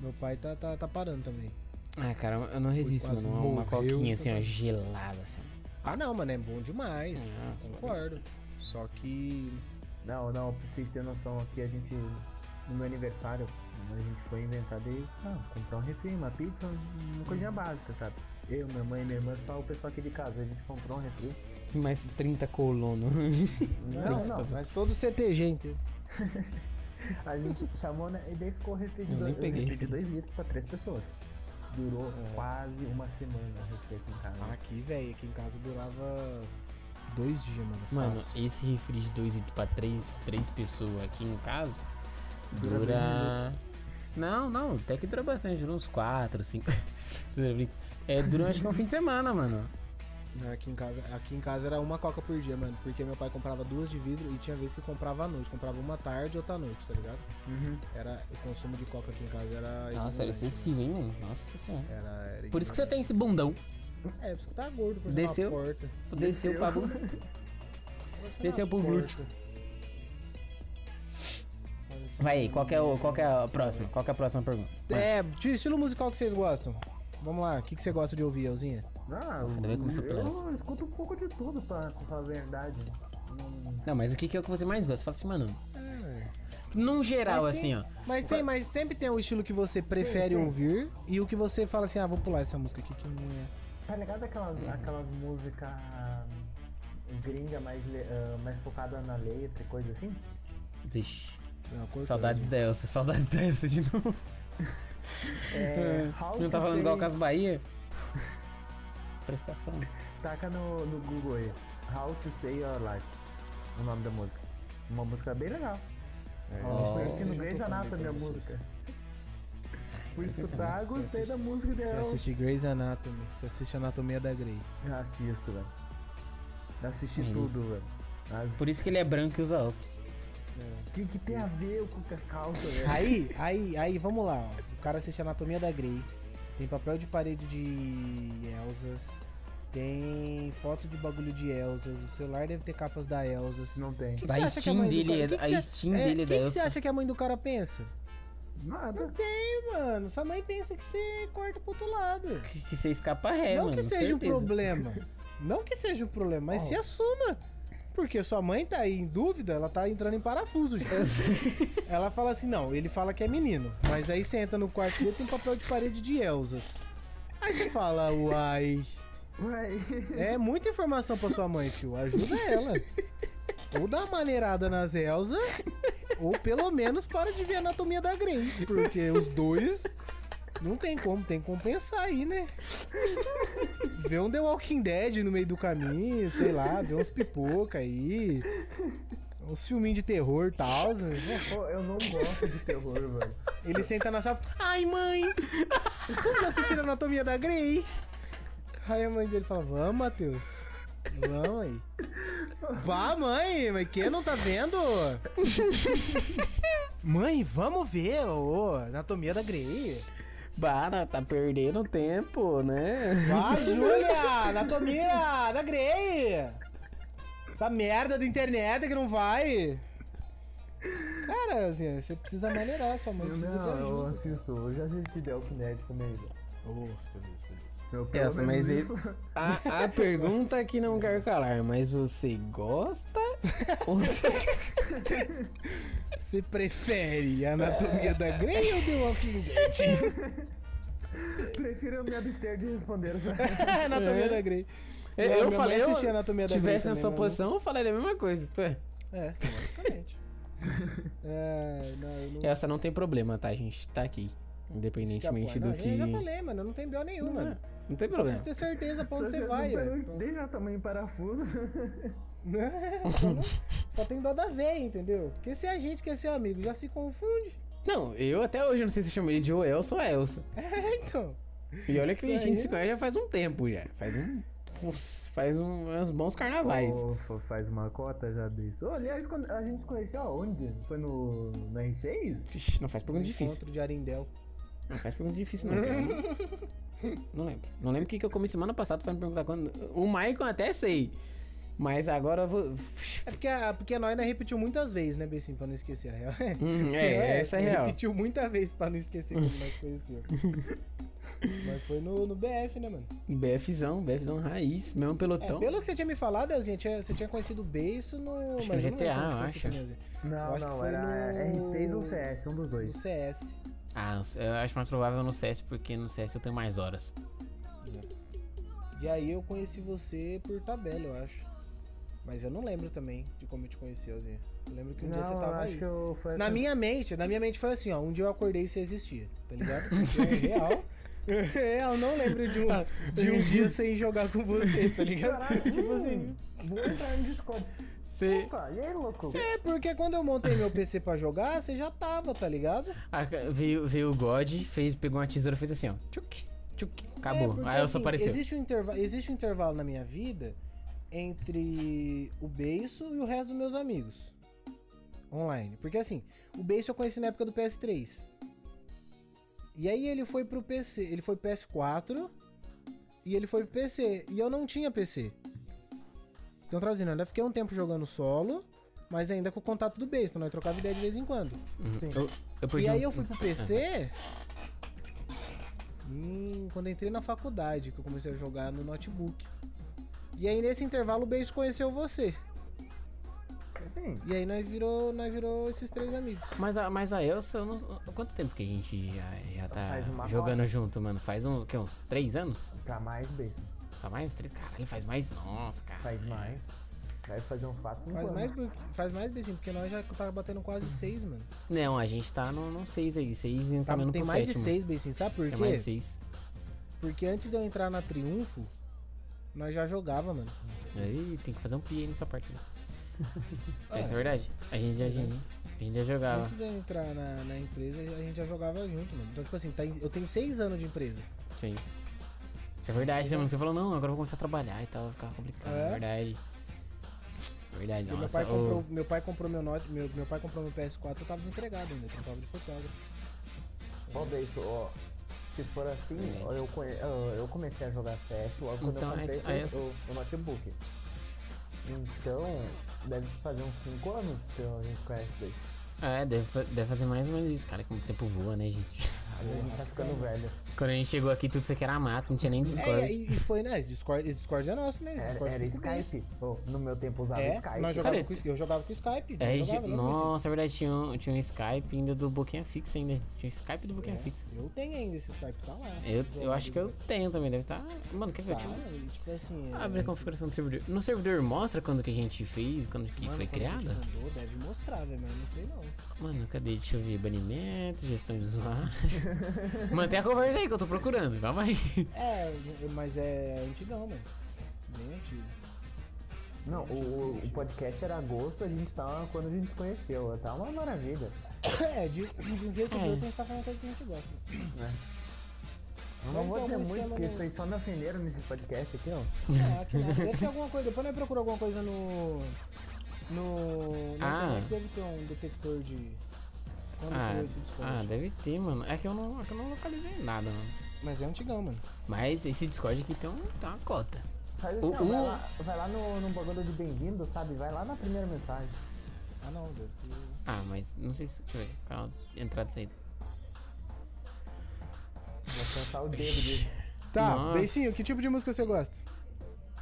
Meu pai tá, tá, tá parando também. Ah, cara, eu não resisto, quase mano. Uma, uma morreu. coquinha assim, ó, gelada, assim. Ah não, mano, é bom demais. Nossa, Concordo. Só que. Não, não, pra vocês terem noção aqui, a gente. No meu aniversário, a gente foi inventar de ah, comprar um refri, uma pizza, uma coisinha Uhum. básica, sabe? Eu, minha mãe, minha irmã, só o pessoal aqui de casa. A gente comprou um refri. Mais 30 colono. Não, Pizza. não. Mas todo CTG inteiro. A gente chamou, né? E daí ficou o refri de, Eu nem dois, peguei É. refri de dois referência. litros pra três pessoas. Durou quase uma semana o refri aqui em casa. Aqui, velho, aqui em casa durava dois dias, mano. [laughs] Mano, fácil. esse refri de 2 litros pra 3 três pessoas aqui no caso, Dura dois dura. Não, não, até que dura bastante, dura uns 4, [laughs] 5. É, dura acho que um fim de semana, mano. Aqui em, casa, aqui em casa era uma coca por dia, mano. Porque meu pai comprava duas de vidro e tinha vezes que comprava à noite. Comprava uma tarde e outra à noite, tá ligado? Uhum. Era, o consumo de coca aqui em casa era. Nossa, ignorante, era excessivo, hein, mano? Nossa senhora. mano. Era, era Por isso que você ignorante. tem esse bundão. É, por isso que tá gordo, por Desceu. uma porta. Desceu pra bunda. tá Desceu pro glúteo. Vai aí, qual que é, o, qual que é a próxima? Qual que é a próxima pergunta? Vai. É, de estilo musical que vocês gostam. Vamos lá, o que, que você gosta de ouvir, Elzinha? Ah, ainda bem que começou por eu essa. escuto um pouco de tudo, pra, pra falar a verdade. Hum, Não, mas o que, que é o que você mais gosta? Fala assim, mano. Num geral, Mas tem- assim, ó. Mas tem, mas sempre tem o estilo que você prefere sim. ouvir e o que você fala assim, ah, vou pular essa música aqui que não é. Tá ligado aquelas, aquelas músicas hum, gringa mais, le- ah, mais focada na letra e coisa assim? Vixe. é uma coisa- Saudades da Elsa, saudades [laughs] da Elsa de novo. [laughs] É, how Não tá to falando igual o say- Caso Bahia? Prestação. Taca no, no Google aí. How to Say Your Life. O nome da música. Uma música bem legal. ó, Eu conheci no já Grey's tocando aí pra Anatomy a vocês. música. Fui então você escutar, assiste- gostei da música Você dela. assiste Grey's Anatomy. Você assiste Anatomia da Grey. Eu Assisto, velho. Assisti Menino. tudo, velho. As... Por isso que ele é branco e usa óculos. O que, que tem a ver com com as [laughs] calças, velho? Aí, aí, aí, vamos lá. ó. O cara assiste Anatomia da Grey. Tem papel de parede de Elsas. Tem foto de bagulho de Elsas. O celular deve ter capas da Elsas. Não tem. Que que Da você acha que a Steam mãe do dele cara- é- que que a você- Steam é, dele é que da que você Elsa. acha que a mãe do cara pensa? Nada. Tem, mano. Sua mãe pensa que você corta pro outro lado. Que, que você escapa ré, não É, mano. que seja um certeza. problema. Não que seja um problema, mas se assuma. Porque sua mãe tá aí em dúvida, ela tá entrando em parafuso, [laughs] gente. Ela fala assim, não, ele fala que é menino. Mas aí você entra no quarto dele, tem papel de parede de Elzas. Aí você fala, uai. Ué, É muita informação pra sua mãe, tio. Ajuda ela. Ou dá uma maneirada nas Elsa, ou pelo menos para de ver a anatomia da Grey. Porque os dois não tem como, tem que compensar aí, né? Vê um The Walking Dead no meio do caminho, sei lá, vê uns pipoca aí. Uns filminhos de terror e tal. né? pô, eu não gosto de terror, [laughs] velho. Ele senta na sala. Ai, mãe! Vamos assistir a Anatomia da Grey? Aí a mãe dele fala: Vamos, Matheus. Vamos aí. Vá, mãe! Mas quem não tá vendo? mãe, vamos ver ô, Anatomia da Grey. Bara, tá perdendo tempo, né? Vá, Júlia! Anatomia da Grey! Essa merda da internet que não vai. Cara, assim, você precisa maneirar, sua mãe Eu precisa de não, eu ajuda. assisto. Eu já assisti The Walking Dead também, velho. Ô, Beleza, beleza. Eu, pelo Elson, menos [laughs] mas isso- [laughs] A, a pergunta que não quero calar, mas você gosta? ou você- Você prefere a anatomia da Grey ou The Walking Dead? Prefiro me abster de responder essa. anatomia [laughs] É. da Grey. Eu, Minha mãe falei, assistia eu anatomia da Grey tivesse na também, sua mas não- posição, eu falaria a mesma coisa. Ué, É, [laughs] exatamente. é, não, eu não... essa não tem problema, tá? A gente tá aqui. Independentemente não, do eu que. já falei, mano. Eu não tenho B.O. nenhum, Não, mano. não tem Só problema. preciso ter certeza pra Só onde se você eu vai. é. super- velho. Deixa tamanho [laughs] parafuso. Então, né, [laughs] Só tem dó da véia, entendeu? Porque se a gente que é seu amigo já se confunde. [laughs] Não, eu até hoje não sei se eu chamo ele de ou Elson ou Elsa. É, então. E olha que a Isso gente aí se conhece já faz um tempo já. Faz um. Putz, Faz um- uns bons carnavais. Ô, fa- faz uma cota já disso. Ô, aliás, quando a gente se conheceu aonde? Foi no, no R6? Vixe, não faz pergunta difícil. Encontro de Arendel. Não faz pergunta difícil, não. cara. [laughs] não lembro. Não lembro o que, que eu comi semana passada pra me perguntar quando. O Maicon até sei. Mas agora eu vou. É porque a, porque a Noina repetiu muitas vezes, né, Bessim? Pra não esquecer a real. [laughs] Hum, é, essa é real. Repetiu muitas vezes pra não esquecer quando nós [laughs] conheceu. Mas foi no, no BF, né, mano? BFzão, BFzão raiz, mesmo É, pelotão. pelo que você tinha me falado, Elzinha, tinha- você tinha conhecido o Beiço no. Acho que mas no eu não lembro GTA, onde eu você acho. conheceu também, Elzinha. Não, Eu acho que não, foi era no- R6 ou CS, um dos No dois. CS. Ah, eu acho mais provável no CS, porque no CS eu tenho mais horas. E aí eu conheci você por tabela, eu acho. Mas eu não lembro também de como eu te conheci, Elzinha. Eu lembro que um não, dia você eu tava acho aí. que eu foi Na eu- minha mente, na minha mente foi assim, ó. Um dia eu acordei e você existia, tá ligado? É real. [laughs] É real, não lembro de um, Tá. de um dia sem jogar com você, tá [laughs] ligado? Caralho, [laughs] Tipo hum, assim. Vou entrar no Discord. Você. Opa, e aí, Tipo, louco? É, porque quando eu montei meu PC pra jogar, você já tava, tá ligado? Ah, veio, veio o God, fez, pegou uma tesoura e fez assim, ó. Tchuc, tchuc. É, Acabou. porque, Aí eu assim, só apareceu. Existe um, interva- existe um intervalo na minha vida entre o beiço e o resto dos meus amigos. Online. Porque assim, o beiço eu conheci na época do PS3. E aí ele foi pro PC. Ele foi PS4 e ele foi pro PC. E eu não tinha PC. Então, traduzindo, eu ainda fiquei um tempo jogando solo, mas ainda com o contato do beijo, então nós trocava ideia de vez em quando. Sim. Eu, eu perdi E aí um- eu fui pro PC. Hum, quando eu entrei na faculdade, que eu comecei a jogar no notebook. E aí nesse intervalo o Beijo conheceu você. Sim. E aí nós virou, nós virou esses três amigos. Mas a, mas a Elsa, eu não, quanto tempo que a gente já, já Faz tá uma jogando junto, mano? Faz um, o quê, uns três anos? Pra mais besta. Tá mais? Três? Caralho, faz mais? Nossa, cara. Faz mais. Vai fazer uns 4, 5 Faz anos. mais, bu- faz mais beijinho, porque nós já tava batendo quase seis, mano. Não, a gente tá no, no seis aí. Seis e Tá, encaminhando tem pro mais sétimo. de seis beijinhos, sabe por Tem quê? mais seis. Porque antes de eu entrar na Triunfo, nós já jogava, mano. Aí tem que fazer um pi aí nessa parte. Né? É. Essa é verdade. A gente já, a gente, a gente já jogava. Antes de eu entrar na, na empresa, a gente já jogava junto, mano. Então, tipo assim, tá em- eu tenho seis anos de empresa. Sim. Isso é verdade, né, mano? Você falou, não, agora eu vou começar a trabalhar e tal, vai ficar complicado. É. É verdade. Verdade, Porque nossa. meu, pai ô. comprou, meu pai comprou meu note, meu, meu pai comprou meu PS4, eu tava desempregado ainda, eu tava de fotógrafo. Ó, beijo, ó. Se for assim, ó, eu, conhe- ó, eu comecei a jogar CS logo quando Então, eu comprei essa- aí o- essa- o, o notebook. Então, deve fazer uns 5 anos que a gente conhece daí. um- É, deve, fa- deve fazer mais ou menos isso, cara. Como o tempo voa, né, gente? Aí a gente tá ficando velho. Quando a gente chegou aqui, tudo isso aqui era mato, não tinha nem Discord. É, e, e foi, né? Esse Discord, esse Discord é nosso, né? Esse Era, Discord era foi descoberto. Skype. Ô, no meu tempo usava É, Skype. nós jogava Cara, com, eu jogava com Skype. É, eu gente, jogava, lembra disso? nossa, é verdade, tinha um, tinha um Skype ainda do Boquinha Fixa ainda. Tinha um Skype do Boquinha É, Fixa. Eu tenho ainda esse Skype, tá lá. Eu, eu Jogava acho que eu com- tenho também, deve estar. Mano, quer ver? Tá, Deixa eu e, tipo assim. abrir a configuração do servidor. No servidor mostra quando que a gente fez, quando que foi criada? Mandou, deve mostrar, velho, mas eu não sei não. Mano, cadê? Deixa eu ver. Banimento, gestão de usuário. [laughs] Mantém a conversa aí que eu tô procurando, calma aí. É, mas é antigão, mano. Bem antigo. [coughs] Não, o, o- o podcast era agosto, a gente tava quando a gente se conheceu. Tá uma maravilha. É, de, de um jeito ou de É. outro a gente tá fazendo coisa que a gente gosta. Eu não vou dizer Então, você muito, não- porque vocês só me ofenderam nesse podcast aqui, ó. Ah, que nada. Deve ter alguma coisa. Depois nós procuramos alguma coisa no. No. Na Ah. internet deve ter um detector de. Quando Ah, criou é esse Discord. ah, deve ter, mano. É que eu não, é que eu não localizei nada, mano. Mas é antigão, mano. Mas esse Discord aqui tem, um, tem uma cota. Faz assim, O- ó, vai, o- lá, vai lá no, no bagulho do bem-vindo, sabe? Vai lá na primeira mensagem. Ah, não, deve ter. Ah, mas não sei se. Deixa eu ver. Canal de entrada e saída. Vou cansar o dedo É, dele. Tá, Nossa. Beicinho, que tipo de música você gosta?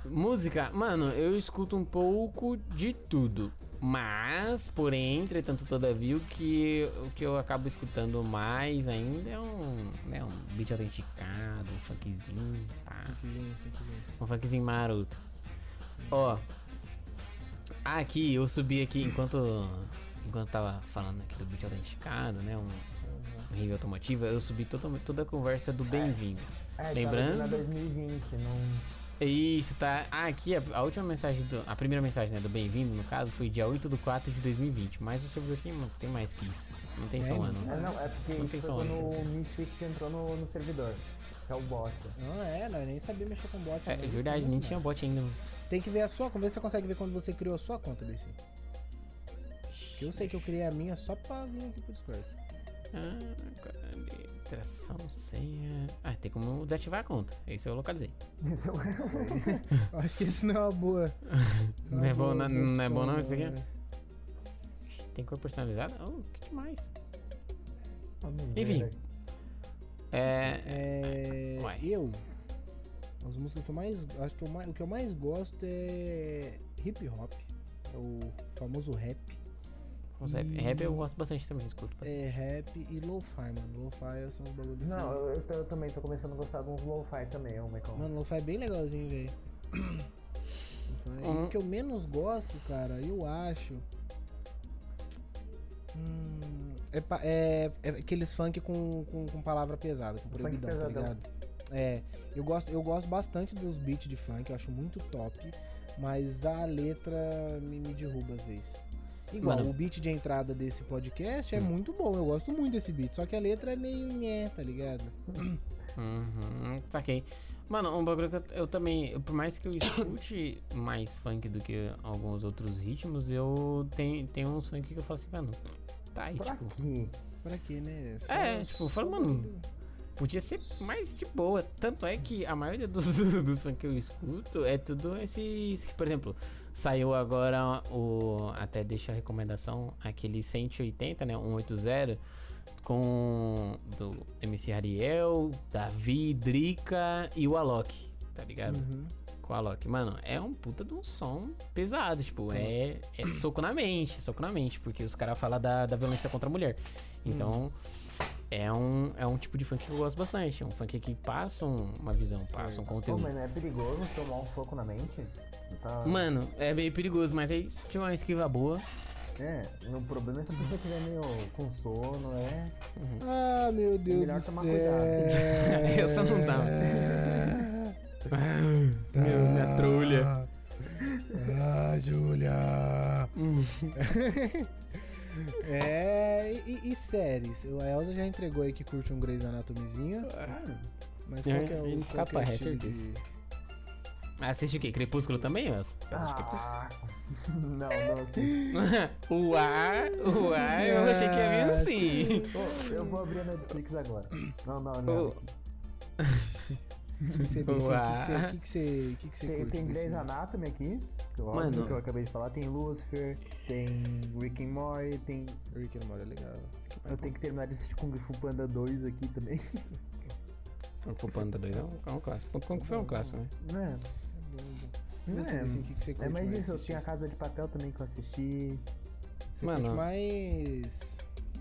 Música, mano, eu escuto um pouco de tudo. Mas, porém, entretanto, todavia, o que, o que eu acabo escutando mais ainda é um, né, um beat autenticado, um funkzinho, pá, um funkzinho maroto. Ó, aqui, eu subi aqui enquanto, enquanto tava falando aqui do beat autenticado, né, um, um review automotiva, eu subi toda, toda a conversa do Bem-vindo. É, Lembrando- Tá na 2020, não. Isso, tá. Ah, aqui a, a última mensagem do. A primeira mensagem, né, do bem-vindo, no caso, foi dia 8 de 4 de 2020. Mas o servidor tem, tem mais que isso. Não tem só um Tem? ano. É, não, é porque Não isso tem foi som, quando né, o Misfits entrou no, no servidor, que é o [laughs] bosta. Não é, não, eu nem sabia mexer com bot. É, né? verdade, nem tinha bot ainda. Tem que ver a sua, vamos ver se você consegue ver quando você criou a sua conta, Beicinho. Que eu sei que eu criei a minha só pra vir aqui pro Discord. [laughs] Ah, cadê? Tração, senha. Ah, tem como desativar a conta. Esse eu localizei. Isso é eu- Eu acho que isso não é uma boa. [laughs] Não é bom, uma não, boa não é opção, bom não isso aqui? né? Tem cor personalizada? Oh, que demais. [laughs] Vamos ver, né? Enfim. velho. É. É, Uai. eu. As músicas que eu mais. Acho que eu mais, o que eu mais gosto é hip hop. É o famoso rap. Concept. Rap eu gosto bastante também, escuto bastante. É rap e lo-fi, mano. Lo-fi são os bagulhos. Não, eu, eu tô- eu também tô começando a gostar de uns lo-fi também, ô Michael. Mano, lo-fi é bem legalzinho, velho. Lo-fi. E Uhum. O que eu menos gosto, cara, eu acho. Hum, é, pa- é- é aqueles funk com, com, com palavra pesada, com Funk proibidão, tá pesadão. ligado? É, eu gosto, eu gosto bastante dos beats de funk, eu acho muito top, mas a letra me, me derruba às vezes. Igual, Mano. o beat de entrada desse podcast é Hum. muito bom, eu gosto muito desse beat, só que a letra é meio nhé, tá ligado? Uhum, saquei. Mano, um bagulho que eu, eu também, eu- por mais que eu escute [coughs] mais funk do que alguns outros ritmos, eu tenho, tenho uns funk que eu falo assim, mano, tá aí, Pra tipo, quê? Pra quê, né? É, tipo, fala, só mano, bagulho. podia ser mais de boa. Tanto é que a maioria dos, [laughs] dos, dos funk que eu escuto é tudo esses, por exemplo, saiu agora o, até deixa a recomendação, aquele 180, né, 180, com do MC Ariel, Davi, Drica e o Alok, tá ligado? Uhum. com a Loki. Mano, é um puta de um som pesado, tipo, é, é soco na mente, é soco na mente, porque os caras falam da, da violência contra a mulher. Então, é, um, é um tipo de funk que eu gosto bastante. É um funk que passa um- uma visão, passa um Ô, conteúdo. mano, é perigoso tomar um foco na mente? Tá... Mano, é meio perigoso, mas aí se tiver uma esquiva boa, É, o problema é se a pessoa tiver meio com sono, é. Ah, meu Deus melhor do tomar céu. cuidado. [laughs] essa não dá. Meu, minha trolha. Ah, Júlia. Hum. [laughs] é, e, e séries? O Elza já entregou aí que curte um Grey's Anatomyzinho. Mas qual É, que é o... ele qual escapa, que o é estilo certeza. de- Assiste o quê? Crepúsculo também, Elson? Você assiste Crepúsculo? Ah, [laughs] não, não, assim. [laughs] uá, uá, eu achei que ia vir assim. [laughs] Ô, eu vou abrir a Netflix agora. Não, não, não. Ô, que você- que você- Uá. que você- que você- que você Tem, curte, assim? tem Grey's Beicinho? Anatomy aqui, que, óbvio, Mano. que eu acabei de falar. Tem Lucifer, tem Rick and Morty, tem... Rick and Morty é legal. Eu tenho que terminar de assistir Kung Fu Panda 2 aqui também. [laughs] Kung Fu Panda 2 é um, é um clássico. Kung Fu é um clássico, né? Né? E você, É, Beicinho, que que você É, curte mas mais isso, eu assistir? tinha a Casa de Papel também que eu assisti. Você Mano. curte mais...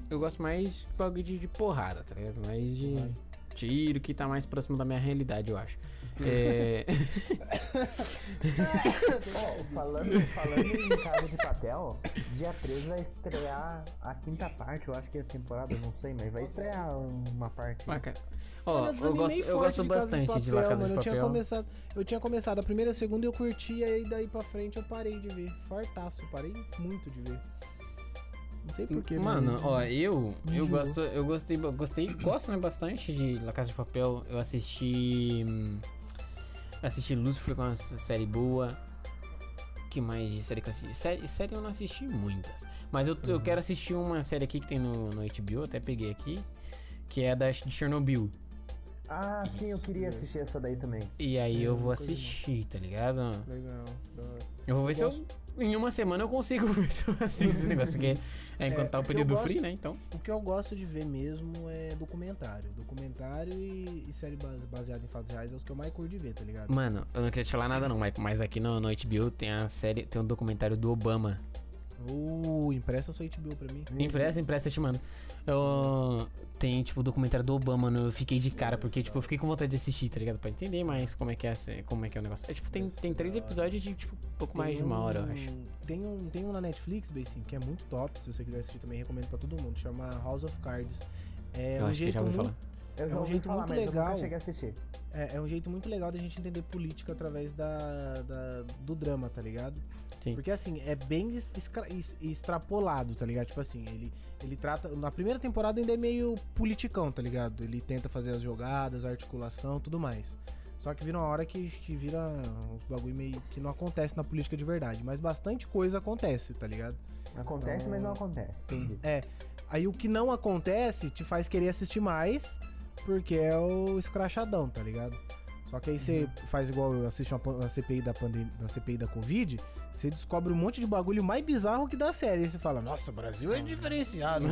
Eu gosto mais de bagulho de, de porrada, tá ligado? Mais de tiro, que tá mais próximo da minha realidade, eu acho. [laughs] É, Ó, falando, falando em Casa de Papel, dia 3 vai estrear a quinta parte, eu acho que é a temporada, eu não sei, mas vai estrear uma parte. Ah, cara. [laughs] Ó, eu gosto, eu gosto bastante de La Casa Casa de Eu tinha, Papel. começado, eu tinha começado a primeira, a segunda eu curti, aí daí pra frente eu parei de ver. Fartaço, parei muito de ver. Não sei porquê, Mano, ó, eu, Me eu julgou. gosto, eu gostei, ba- gostei, gosto né, bastante de La Casa de Papel. Eu assisti, hum, assisti Lucifer, que é uma s- série boa. Que mais de série que eu assisti? Série, série eu não assisti muitas, mas eu, Uhum. eu quero assistir uma série aqui que tem no, no HBO, até peguei aqui, que é da de Chernobyl. Ah, sim, eu queria assistir essa daí também. E aí É, eu eu vou nunca vi, não. assistir, tá ligado? é Legal. da hora. Eu vou ver se eu, gosto- eu em uma semana eu consigo [laughs] ver se eu assisto esse negócio, porque é, enquanto É, tá o eu período gosto- free, né? Então. O que eu gosto de ver mesmo é documentário. Documentário e, e série base- baseada em fatos reais é os que eu mais curto de ver, tá ligado? Mano, eu não queria te falar nada não, Michael, mas aqui no, no HBO tem a série, tem um documentário do Obama. Uh, impressa sua HBO pra mim. Impressa, impressa, eu te mando. Eu- tem, tipo, o documentário do Obama, mano, eu fiquei de cara, porque, tipo, eu fiquei com vontade de assistir, tá ligado? Pra entender mais como é que é, a sé- como é, que é o negócio. É, tipo, tem, tem três episódios de, tipo, um pouco mais de uma hora, eu acho. Tem um, tem um na Netflix, Basin, que é muito top. Se você quiser assistir também, recomendo pra todo mundo. Chama House of Cards. É Eu um acho que jeito já ouvi muito, falar. Eu já É um ouvi jeito falar, muito mas eu legal. nunca cheguei a assistir. É, é um jeito muito legal da gente entender política através da, da- do drama, tá ligado? Sim. Porque assim, é bem es- escra- es- extrapolado, tá ligado? Tipo assim, ele, ele trata. Na primeira temporada ainda é meio politicão, tá ligado? Ele tenta fazer as jogadas, a articulação tudo mais. Só que vira uma hora que, que vira uns bagulho meio que não acontece na política de verdade. Mas bastante coisa acontece, tá ligado? Acontece, Então- mas não acontece. Entendi. É. Aí o que não acontece te faz querer assistir mais, porque é o escrachadão, tá ligado? Só que aí você Uhum. faz igual eu assisto uma pan- uma CPI da pandemia, da CPI da Covid, você descobre um monte de bagulho mais bizarro que da série. Aí você fala, nossa, o Brasil Uhum. é [laughs] diferenciado.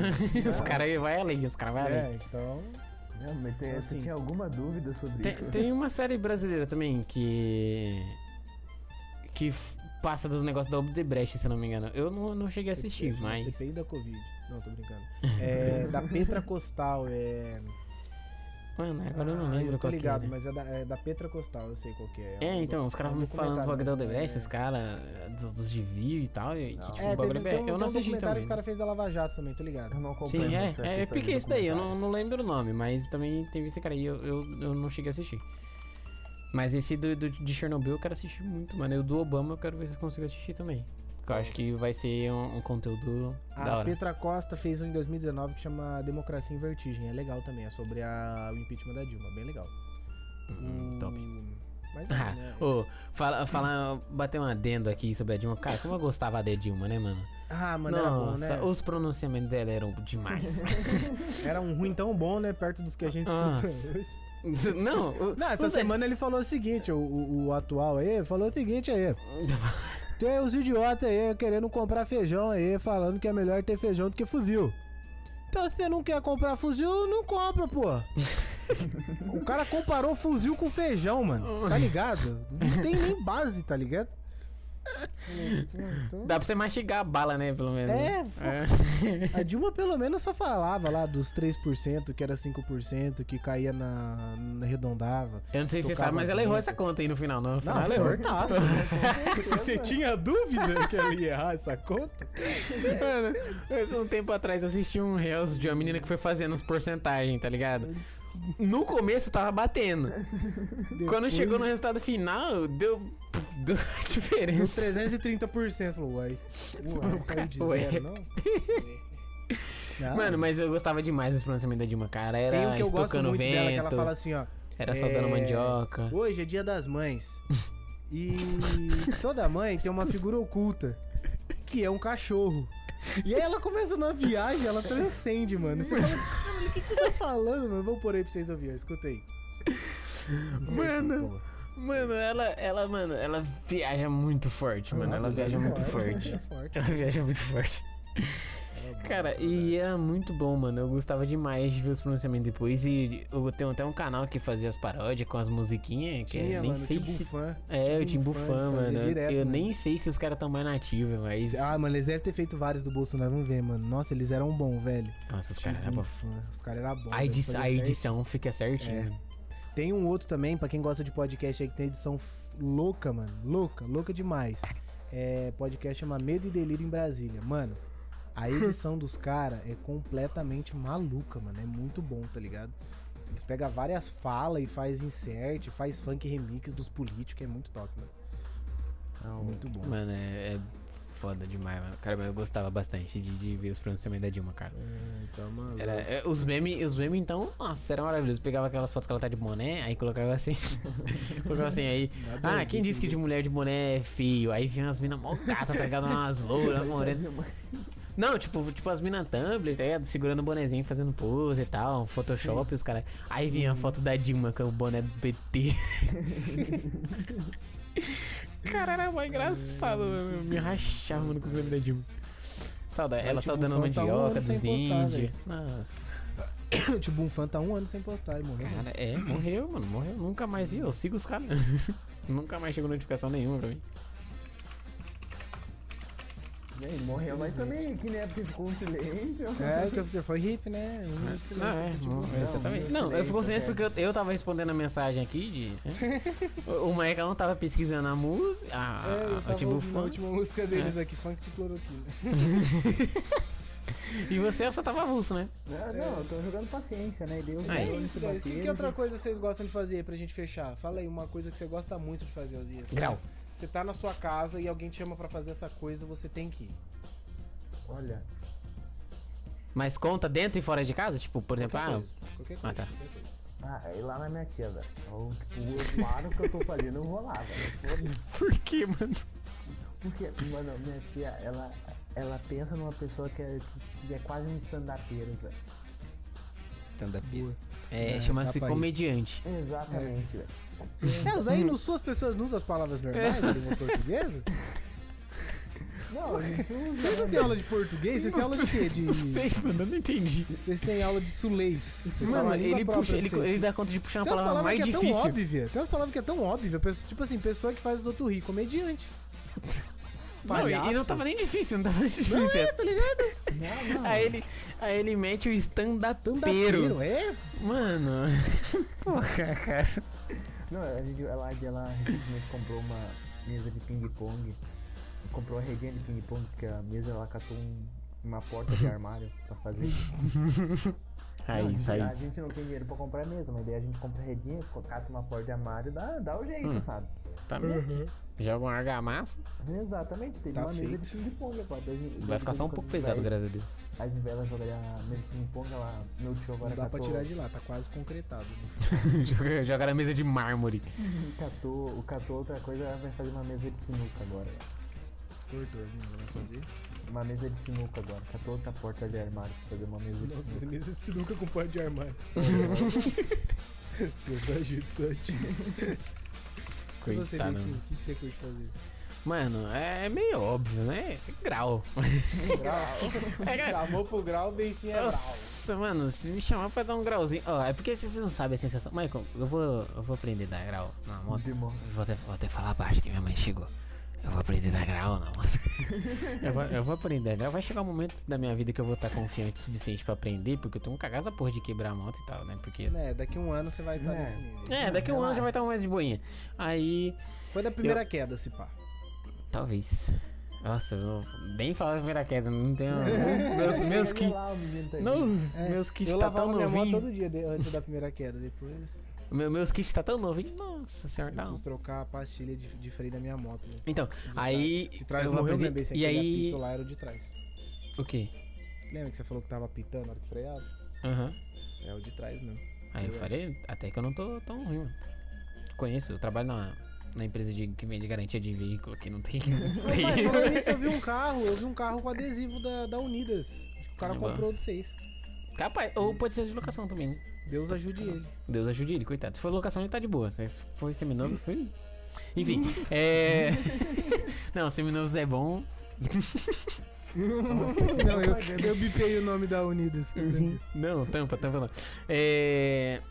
os caras aí vai além, os caras vai além. é, então. Não, mas tem, Assim. você tinha alguma dúvida sobre Tem, isso? tem uma série brasileira também que. que f- passa dos negócios da Obdebrecht, se eu não me engano. Eu não, não cheguei a assistir, Acho que é mas. CPI da Covid. Não, tô [laughs] brincando. É, da Petra Costal, é. Mano, agora eu não Ah, lembro tô qual ligado, que é. né? mas é da, é da Petra Costal, eu sei qual que é. É, um- então, os caras é um me falando dos documentário, bagulho da mas Odebrecht, é- esses caras, eh, dos, dos desvios e tal, e que, tipo, É, o teve, bagulho tem é um, bem- Eu tem não um assisti documentário também. que o cara fez da Lava Jato também, tô ligado. Eu não acompanho Sim, é, essa é, eu questão de piquei esse daí, eu não, documentário. não lembro o nome, mas também teve esse cara aí, eu, eu, eu não cheguei a assistir. Mas esse do, do- de Chernobyl eu quero assistir muito, mano. E o do Obama eu quero ver se eu consigo assistir também. Que eu acho que vai ser um, um conteúdo da A hora. Petra Costa fez um em 2019 que chama Democracia em Vertigem. É legal também, é sobre a, o impeachment da Dilma, bem legal. Hum, top. [laughs] Mas, [laughs] Ah, né? ô, fala, fala, bater um adendo aqui sobre a Dilma. Cara, como eu gostava da Dilma, né, mano? ah, mano, Nossa, era bom, né? os pronunciamentos dela eram [laughs] demais. Era um ruim tão bom, né? Perto dos que a gente Nossa. escuta hoje. [laughs] não, o- Não, essa os- semana ele falou o seguinte, o, o- o atual aí, falou o seguinte aí. Tem os idiotas aí querendo comprar feijão aí, falando que é melhor ter feijão do que fuzil. Então se você não quer comprar fuzil, não compra, pô. o cara comparou fuzil com feijão, mano. Cê Tá ligado? Não tem nem base, tá ligado? Dá pra você mastigar a bala, né, pelo menos. É, É. A Dilma pelo menos só falava lá dos 3%, que era 5%, que caía na, na arredondava. Eu não sei se você Tocava sabe, mas ela errou junto. essa conta aí no final. No final Não, ela foi errou. hortaço. Você tinha dúvida que ela ia errar essa conta? Mano, mas um tempo atrás eu assisti um Reels de uma menina que foi fazendo as porcentagens, tá ligado? No começo tava batendo. Quando chegou no resultado final, deu, deu [laughs] Nos diferença. 330%, falou, uai. Uai, saiu de Uai. [laughs] zero, não? Não. Mano, mas eu gostava demais dos pronunciamentos da Dilma, cara. Era tem um que eu gosto estocando muito vento, dela, que ela fala assim, ó. era saudando é, mandioca. Hoje é dia das [laughs] mães. E toda mãe tem uma figura oculta, que é um cachorro. E aí ela começa na viagem, ela transcende, mano. Você fala, caralho, o que que você tá falando, mano? Vou pôr aí pra vocês ouvirem, ó. escuta aí. é assim, Mano. Mano, ela, ela, mano, ela viaja muito forte, mano. ela viaja muito forte. É forte. Ela viaja muito forte. Cara, né? e era muito bom, mano. Eu gostava demais de ver os pronunciamentos depois. E eu tenho até um canal que fazia as paródias com as musiquinhas. Que Tinha, eu É, nem mano, sei tipo se. fã. É, o Tim Bufan, eles faziam mano. Eu- direto, eu mano. nem sei se os caras estão mais nativos, mas. Ah, mano, eles devem ter feito vários do Bolsonaro, vamos ver, mano. Nossa, eles eram bons, velho. Nossa, os caras eram Tipo, bom. fã. Os caras eram bons. A, velho, edi- fazia a certinho. edição fica certinho. Tem um outro também, pra quem gosta de podcast aí, que tem edição f- louca, mano. Louca, louca demais. É, podcast chama Medo e Delírio em Brasília. Mano, [laughs] a edição dos caras é completamente maluca, mano. É muito bom, tá ligado? Eles pegam várias falas e faz insert, faz funk remix dos políticos, é muito top, mano. Não, Muito bom. Mano, é, é foda demais, mano. Cara, mas eu gostava bastante de, de ver os pronunciamentos da Dilma, cara. É, Então, mano. Era, é, os memes, os memes, então, nossa, era maravilhoso. Pegava aquelas fotos que ela tá de boné, aí colocava assim. [laughs] colocava assim aí. Nada a Ah, ver, quem disse que de mulher de boné é feio? Aí vinha umas minas mó gata, tá ligado? Umas [laughs] louras, umas morenas. Não, tipo, tipo as minas Tumblr, tá ligado? Segurando o bonezinho, fazendo pose e tal, Photoshop, os caras. Aí Uhum. [laughs] vinha a foto da Dilma com o boné do PT. Caralho, é mais engraçado, mano. Eu me rachava, mano, com os memes da Dilma. Sauda, ela Mas, tipo, saudando a falta um ano mandioca dos sem postar, índios. velho. Nossa. O Tibum Fan tá um ano sem postar e morreu. Cara, é, morreu, mano. Morreu. Nunca mais vi. Eu sigo os caras. [laughs] Nunca mais chegou notificação nenhuma pra mim. E aí, morreu, mas também que nem porque ficou um silêncio. É, o que eu fiquei foi hippie, né? Um minuto de Não, silêncio. é, pro Tibum. não, não, exatamente. muito Não, eu silêncio, fico silêncio velho. porque eu, eu tava respondendo a mensagem aqui de. né? o o Maicon tava pesquisando a música, a, É, eu a, tava o tipo ouvindo a funk. última música deles É. aqui, funk de cloroquina. E você só tava avulso, né? Não, não, eu tô jogando paciência, né? Deus Aí. É Deus se isso, guys. Que, bateu, que outra coisa vocês gostam de fazer pra gente fechar? Fala aí uma coisa que você gosta muito de fazer, Alzia. Grau. Você tá na sua casa e alguém te chama pra fazer essa coisa, você tem que ir. Olha, Mas conta dentro e fora de casa? Tipo, por exemplo, Qualquer ah, coisa. Qualquer coisa. ah, tá. qualquer coisa. ah, é lá na minha tia, velho. Eu, tipo, eu- claro que eu tô fazendo, eu vou lá, velho. Foda-se. Por que, mano? Porque, mano, minha tia, ela, ela pensa numa pessoa que é, que é quase um stand-upeiro, velho. Stand-up. É, É, chama-se dá pra ir. comediante. Exatamente, velho. É, os aí no sul as pessoas não usam as palavras normais É. da língua [laughs] portuguesa? Não, a gente usa. então, Vocês não têm aula de português? Vocês têm aula de quê? [laughs] Não De... sei, mano, eu não entendi. Vocês têm aula de sulês. Vocês falam Mano, a língua ele própria puxa, de ele, vocês. ele dá conta de puxar uma Tem umas palavra palavras mais que é tão difícil. óbvia. Tem umas palavras que é tão óbvia. pessoa- Tipo assim, pessoa que faz os outros rir. Comediante. [laughs] Não, e, e não Palhaço. tava nem difícil, não tava nem difícil. essa. tá ligado? [laughs] Aí ele, aí ele mete o stand-upero. Tandapeiro, é? Mano. Porra, cara. Não, a gente, ela, ela recentemente comprou uma mesa de ping-pong. Comprou uma redinha de ping-pong, porque a mesa ela catou um- uma porta [laughs] de armário pra fazer. Não, Raiz, a, gente, a raiz. gente não tem dinheiro pra comprar mesa, mas daí a gente compra redinha, co- cata uma porta de armário, dá, dá o jeito, sabe? Tá mesmo. Joga uma argamassa. Exatamente, teve Tá uma mesa de feito. ping-pong agora. daí a gente- Vai ficar só um quando pouco vai- pesado, graças a Deus. A gente vai lá jogar a mesa de ping-pong, ela, meu tio agora Não dá pra catou, tirar de lá, tá quase concretado. né? [laughs] joga, joga na mesa [laughs] de mármore. catou, catou outra coisa, ela vai fazer uma mesa de sinuca agora. Cortorzinho, né? vai fazer. Uma mesa de sinuca agora, catou outra porta de armário pra fazer uma mesa de [laughs] Não, sinuca. mesa de sinuca com pano de [laughs] armário. Eu ajudo só E você, Coitado. Vitinho, mano. o que que você curte fazer? Mano, é meio óbvio, né? Grau. É É, [laughs] cara, Chamou pro grau, beicinho Nossa, mano, se me chamar pra dar um grauzinho. Ó, é porque vocês não sabem a sensação. Michael, eu vou, eu vou aprender a dar grau na moto. Demora. Vou até, vou até falar baixo que minha mãe chegou. Eu vou aprender a dar grau na moto. [laughs] eu, vou, eu vou aprender a grau. Vai chegar um momento da minha vida que eu vou estar confiante o suficiente pra aprender, porque eu tô um cagaço a porra de quebrar a moto e tal, né? Porque. Né, daqui um ano você vai estar É. nesse nível. É, daqui a um ano já vai estar mais de boinha. Aí. Foi da primeira queda, se pá. Talvez. Nossa, eu não- nem falar da primeira queda, não tenho. [laughs] É, meus [laughs] meus Olha kits. lá, o menino tá aí. Não, É, meus kits eu tá lavava tão minha moto novinho. todo dia de- antes da primeira queda. Depois Meu, meus kits tá tão novinho. Nossa senhora, eu não. preciso trocar a pastilha de, de freio da minha moto. né? Então, aí. De trás eu vou morreu aprender- minha beicinha. E aquele aí. apito lá era o de trás. O quê? Lembra que você falou que tava pitando na hora que freava? Aham. É o de trás mesmo. Aí eu falei, até que eu não tô tão ruim, mano. Conheço, eu trabalho na, na empresa de, que vende garantia de veículo, que não tem [laughs] [laughs] Mas freio. falando nisso, eu vi um carro, eu vi um carro com adesivo da, da Unidas. Acho que o cara Ah, comprou de seis. Capaz, ou pode ser de locação também, né? Deus ajude ele. Deus ajude ele, coitado. Se for locação, ele tá de boa. Se for seminovo, [laughs] ui. enfim. é. [laughs] Não, seminovos é bom. [laughs] Não, eu, eu bipei o nome da Unidas. Não, tampa, tampa não. É.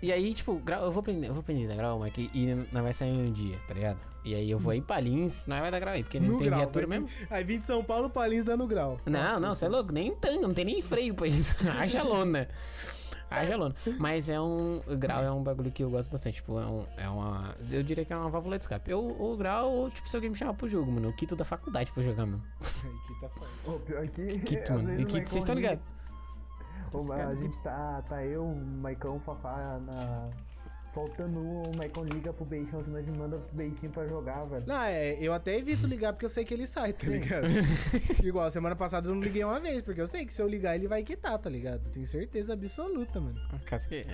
E aí, tipo, grau- eu vou aprender, eu vou aprender a dar grau, Mike, e e nós vai sair um dia, tá ligado? E aí eu vou aí pra Lins, nós vai dar grau aí, porque não Hum. No tem grau, viatura vai- mesmo. Aí vim de São Paulo pra Lins dando grau. [laughs] Não, não, você sei é lá. louco, nem tanque, não tem nem freio pra isso. [laughs] Haja lona. Haja lona. Mas é um. O grau é um bagulho que eu gosto bastante. Tipo, é, um, é uma. Eu diria que é uma válvula de escape. Eu, o grau, tipo, se alguém me chamar pro jogo, mano, eu quito da faculdade pra jogar, mano. que tá foda. Ô, pior que. [laughs] É, às Quito, mano. vezes Eu o quito, vocês estão Maicon ligados? Ô, Esse mas cara a não- gente tá, tá eu, o Maicon, o Fafá na. Faltando um, o Maicon liga pro Beicinho, senão a gente manda pro Beicinho pra jogar, velho. Não, é, eu até evito ligar porque eu sei que ele sai, tá Sim. ligado? Igual, semana passada eu não liguei uma vez, porque eu sei que se eu ligar ele vai quitar, tá ligado? Tenho certeza absoluta, mano. Ah, cara, isso aqui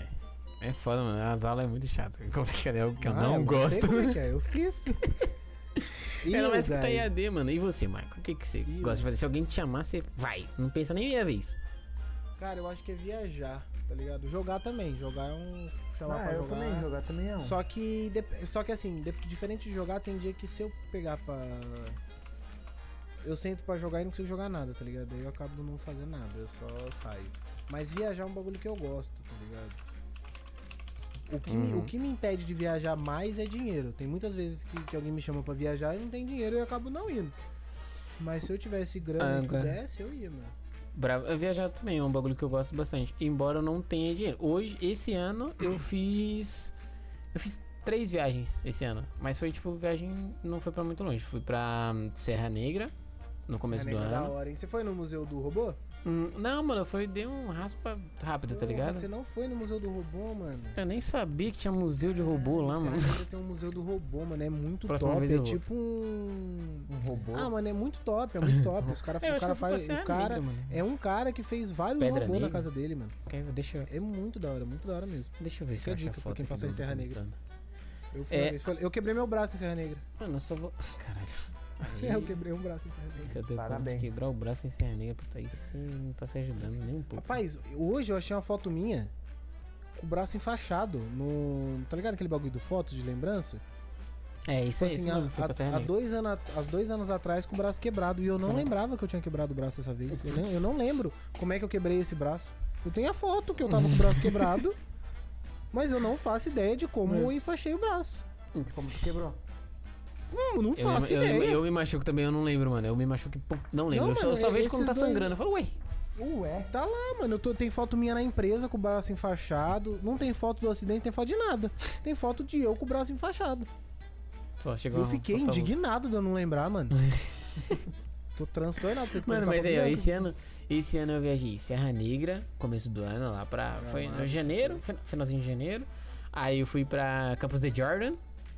É é foda, mano. As aulas é muito chato. É complicado, é algo que eu Ah, não Sei gosto. como é que é, eu fiz. Ih, Ainda mais que tá guys. IAD, mano. E você, Michael? O que, que você Ih, gosta de mano. fazer? Se alguém te chamar, você vai. Não pensa nem meia vez. Cara, eu acho que é viajar, tá ligado? Jogar também. Jogar é um. Chamar Ah, pra eu jogar. também, jogar também é um. Só que, dep- só que assim, dep- diferente de jogar, tem dia que se eu pegar pra. Eu sento pra jogar e não consigo jogar nada, tá ligado? Daí eu acabo não fazendo nada, eu só saio. Mas viajar é um bagulho que eu gosto, tá ligado? O que, me, Uhum. o que me impede de viajar mais é dinheiro. Tem muitas vezes que, que alguém me chama pra viajar e não tem dinheiro e eu acabo não indo. Mas se eu tivesse grana e Ah, Agora- pudesse, eu ia, mano. Bravo. Eu Viajar também é um bagulho que eu gosto bastante. Embora eu não tenha dinheiro. Hoje, esse ano, eu fiz. Eu fiz três viagens esse ano. Mas foi tipo, viagem. Não foi pra muito longe. Fui pra hum, Serra Negra. No começo Caneca do É, da ano. hora, hein? Você foi no Museu do Robô? Hum, não, mano, foi. Dei um raspa rápido, tá Porra, ligado? Você não foi no Museu do Robô, mano. Eu nem sabia que tinha museu de robô lá, mano. Serra Negra tem um museu do robô, mano. É muito Próxima top. vez É eu vou. tipo um. Um robô. Ah, mano, é muito top, é muito top. Os cara, [laughs] Eu o acho que cara eu fui pra faz. Serra O cara. Negra, mano. É um cara que fez vários Pedra robôs na Negra. casa dele, mano. Ok, Deixa, eu- É muito da hora, muito da hora mesmo. deixa eu ver se Fica eu a acho a dica pra foto. quem aqui passar do- em Serra do Negra. estado. Eu fui É. uma vez, foi- Eu quebrei meu braço em Serra Negra. [laughs] Mano, eu só vou. [laughs] Caralho. Aí, Eu quebrei um braço em Serra Negra. Isso eu tenho coisa de Parabéns. quebrar o braço em Serra Negra, puta, aí você não tá se ajudando nem um pouco. Rapaz, hoje eu achei uma foto minha com o braço enfaixado no. Tá ligado aquele bagulho do fotos de lembrança? É, isso Tipo é assim, isso, mano. Foi pra Serra há, há, Negra. dois anos, há dois anos atrás com o braço quebrado. E eu não Caraca. lembrava que eu tinha quebrado o braço dessa vez. Eu, lem- eu não lembro como é que eu quebrei esse braço. Eu tenho a foto que eu tava com o braço [laughs] quebrado, mas eu não faço ideia de como É. eu enfaixei o braço. Como que quebrou? Hum, não Eu, faço lembro- eu, ideia. eu, eu me machuco também, eu não lembro, mano. Eu me machuco e pum, não lembro. Não, eu, só, mano, eu só vejo quando tá esses dois- sangrando. Eu falo, ué. Ué. Tá lá, mano. Eu tô, tem foto minha na empresa com o braço enfaixado. Não tem foto do acidente, tem foto de nada. Tem foto de eu com o braço enfaixado. Só chegou Eu uma fiquei foto- indignado de eu não lembrar, [laughs] mano. tô transtornado. tenho que Mano, perguntar mas pra aí, ó, Bianca. esse é ano, esse ano eu viajei Serra Negra, começo do ano lá pra. foi lá, no janeiro, fin- finalzinho de janeiro. Aí eu fui pra Campos de Jordan,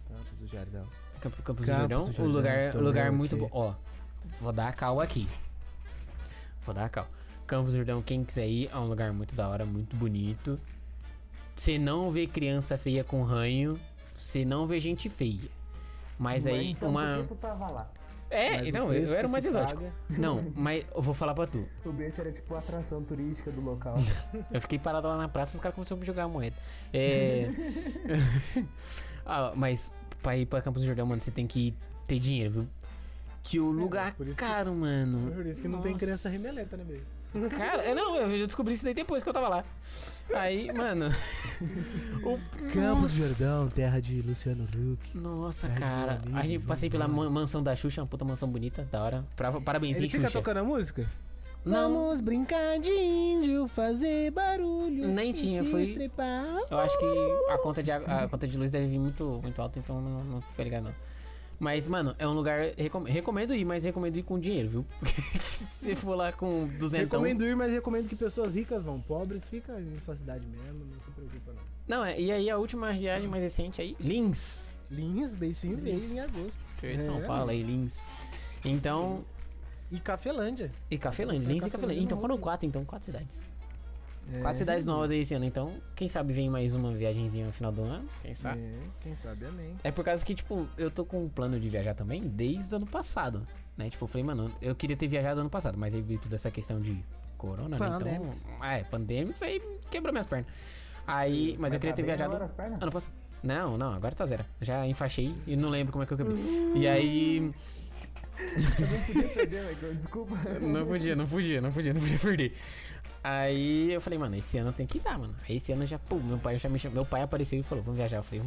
Campos do Jardel. Campo, Campos, Campos do Jordão, do um Jordão, lugar, estou lugar eu muito aqui. bom. Ó, vou dar a cal aqui. Vou dar a cal. Campos do Jordão, quem quiser ir, é um lugar muito da hora, muito bonito. Você não vê criança feia com ranho, você não vê gente feia. Mas Ué, aí, então uma. Por que tu tava lá? É, Mas o então, eu, preço eu era que o mais se exótico. paga- Não, mas eu vou falar pra tu. O berço era tipo a atração turística do local. Eu fiquei parado lá na praça e os caras começaram a me jogar a moeda. [laughs] É. Ah, mas pra ir pra Campos do Jordão, mano, você tem que ter dinheiro, viu? Que o lugar É, por isso que- caro, mano. Por isso que não tem criança Nossa. remeleta, né, mesmo? [laughs] Cara, eu não, eu descobri isso daí depois que eu tava lá. Aí, mano. o- Campos do Nossa. Jordão, terra de Luciano Huck. Nossa, Cidade do cara. Amigo, a gente João passei pela Paulo. man- mansão da Xuxa, uma puta mansão bonita, da hora. Pra- Parabéns, Ele hein, fica Xuxa. tocando a música? Não, Vamos brincar de índio, fazer barulho. Nem e tinha, se foi- estrepar. Eu acho que a conta de, água- a conta de luz deve vir muito, muito alta, então não, não fica ligado, não. Mas, mano, é um lugar. recom- recomendo ir, mas recomendo ir com dinheiro, viu? [laughs] Porque se você for lá com duzentão. Recomendo ir, mas recomendo que pessoas ricas vão. Pobres, fica em sua cidade mesmo, não se preocupa não. Não, é- e aí a última viagem mais recente aí, Lins. Linhas, beicinho Linhas. veio em agosto. Feira de São É. Paulo aí, Lins. Então. E Cafelândia. E Cafelândia, É, Lins e Cafelândia. Cafelândia Então não. foram quatro, então, quatro cidades. É. Quatro cidades novas aí esse ano, então, quem sabe vem mais uma viagenzinha no final do ano, quem sabe. É, quem sabe, amém. É por causa que, tipo, eu tô com um plano de viajar também desde o ano passado, né? Tipo, eu falei, mano, eu queria ter viajado ano passado, mas aí veio toda essa questão de corona, Pandemics. né? Então, é, pandêmics, aí quebrou minhas pernas. Aí, [laughs] mas eu queria tá ter bem viajado agora as pernas? ano passado. Não, não, agora tá zero. Já enfaixei e não lembro como é que eu quebrei. [laughs] e aí, Eu não podia perder, Michael, É Ah, desculpa. não podia, não podia, não podia, não [laughs] podia perder. Aí eu falei, mano, esse ano tem que dar, mano. Aí esse ano já, pô, meu pai já me chamou, meu pai apareceu e falou, vamos viajar. Eu falei,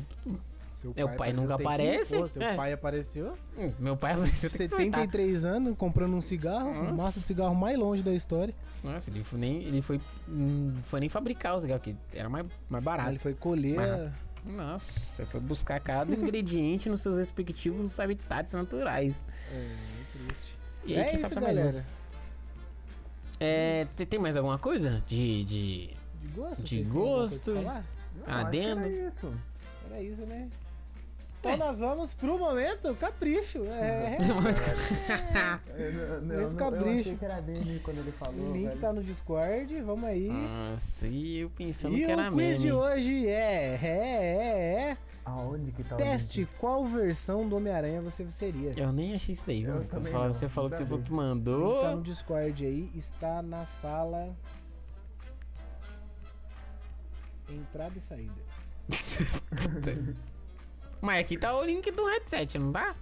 Seu Meu pai apareceu, tem nunca que ir, aparece. pô, seu É. pai apareceu. hum, meu pai apareceu. tem que aproveitar. 73 anos, comprando um cigarro, Nossa. um maço de cigarro mais longe da história. Nossa, ele foi nem, ele foi, hum, foi nem fabricar o cigarro, que era mais, mais Ah, barato. ele foi colher. Mas- Nossa, foi buscar cada ingrediente nos seus respectivos habitats naturais. É, triste. E aí, é quem isso, sabe sai mais um. galera. É, te- tem mais alguma coisa? De, de... De gosto? De vocês têm alguma coisa gosto. pra falar? Não, acho que era Adendo. isso. Era isso, né? Então É. nós vamos pro momento capricho. É. Eu, eu, Muito eu, eu, capricho. achei que era dele quando ele falou. O link velho. tá no Discord, vamos aí. Nossa, e eu pensando e que era o quiz de meme. hoje é, é, é, é. Aonde que tá o Teste link? qual versão do Homem-Aranha você seria. Eu nem achei isso daí, Eu mano. Quando também falava- não, Você falou que Então, nunca você foi vi. que Tá no mandou. Discord aí, está na sala Entrada e saída. tá [laughs] Mas aqui tá o link do headset, não tá?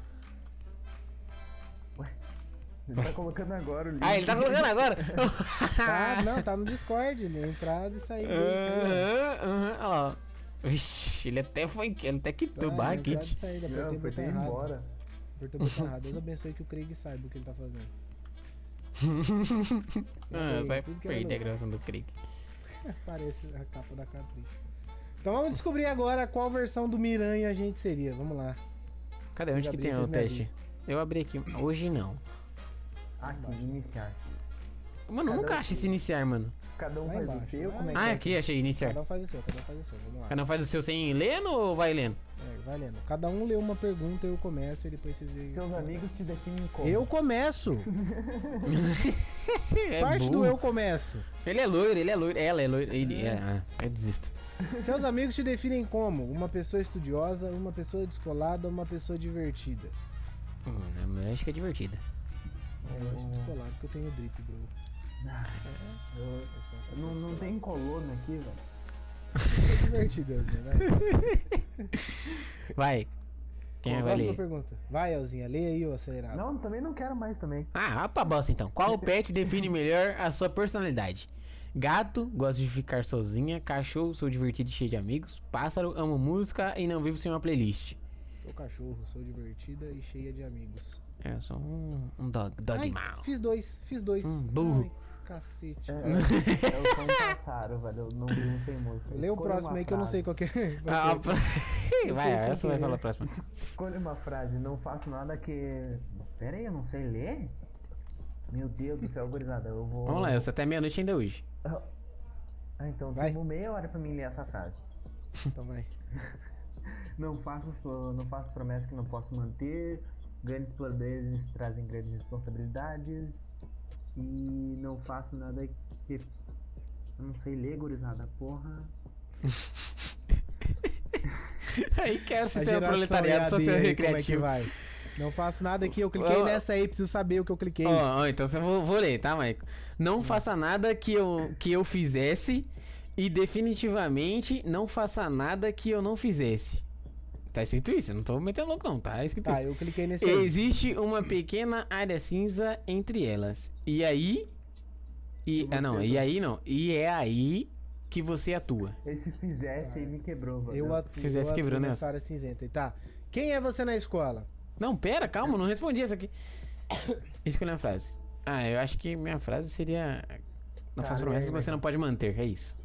Ele tá colocando agora o link. Ah, ele tá colocando agora? [laughs] Tá, Ah. não, tá no Discord, né? Entrada e saída. né? Aham, aham, olha lá. ó. Vixe, ele até foi. Ele até Tá, quitou entrada o e barraquete. saída, apertei Não, o foi botão ter Tá errado. embora. Apertei o botão errado. Deus abençoe que o Craig saiba o que ele tá fazendo. Ah, Tudo que só era perder a lugar. gravação do Crick. Parece a capa da Capricho. Então vamos descobrir agora qual versão do Miranha a gente seria. Vamos lá. Cadê? Vocês Onde que abrem, tem vocês o me teste? avisam. Eu abri aqui. Hoje não. Aqui, iniciar. Mano, eu Cada nunca um acho esse tem- iniciar, mano. Cada um Lá faz o embaixo, seu, lá como é que Ah, é? aqui, achei iniciar. Cada um faz o seu, cada um faz o seu. Vamos lá. Cada um faz o seu sem lendo ou vai lendo? É, vai lendo. Cada um lê uma pergunta, eu começo e depois vocês veem. Seus amigos te definem como? Eu começo! É Parte do burro. eu começo. Ele é loiro, ele é loiro. Ela é loira. Ele é. ah, eu desisto. Seus amigos te definem como? Uma pessoa estudiosa, uma pessoa descolada, uma pessoa divertida. Hum, a mulher acho que é divertida. É, Eu acho descolado porque eu tenho drip, bro. Ah, eu- Eu sou uma pessoa Não, não descolada. tem coluna aqui, velho. Pessoa divertida, Elzinha, vai. Vai. Quem é vai Próxima ler? pergunta. Vai, Elzinha, leia aí o acelerado. Não, também não quero mais também. Ah, vai pra bosta então. Qual pet define melhor a sua personalidade? Gato, gosto de ficar sozinha. Cachorro, sou divertido e cheio de amigos. Pássaro, amo música e não vivo sem uma playlist. Sou cachorro, sou divertida e cheia de amigos. É, eu sou um, um dog, dog Ai, mal. fiz dois, fiz dois. Hum, burro. Ai, cacete. É, eu sou [laughs] um pássaro, velho. Eu não vivo sem música. Lê o Escolha próximo uma aí que eu não sei frase. qual [laughs] que é. Ah, a pra- vai, sem essa vai querer. pela próxima. Escolha uma frase. Não faço nada que... Pera aí, eu não sei ler? Meu Deus do céu, gurizada. Eu vou... Vamos lá, eu sou até meia-noite ainda hoje. Ah, então Vai. tomou meia hora pra mim ler essa frase. Então vai. Não faço, não faço promessas que não posso manter. Grandes poderes trazem grandes responsabilidades. E não faço nada que. Eu não sei ler, gurizada, porra. [laughs] Aí quero A sistema geração proletariado, só EAD ser aí, recreativo. Como é que vai? Não faço nada aqui, eu cliquei Ó. nessa aí, preciso saber o que eu cliquei. Ó, ó, então eu vou, vou ler, tá, Maico? Não faça nada que eu, que eu fizesse e definitivamente não faça nada que eu não fizesse. Tá escrito isso, eu não tô metendo louco não, tá escrito tá, isso. eu cliquei nesse aí. Existe uma pequena área cinza entre elas. E aí... E, ah, não, e aí não. E é aí que você atua. Esse fizesse aí me quebrou, velho. Eu atuo, Fizesse eu atuo quebrou nessa nessa. área cinzenta. E Tá. Quem é você na escola? Não, pera, calma, não respondi essa aqui. [coughs] Escolha uma frase. Ah, eu acho que minha frase seria... Tá, Não faça lê promessas aí, que você Maico. não pode manter, é isso.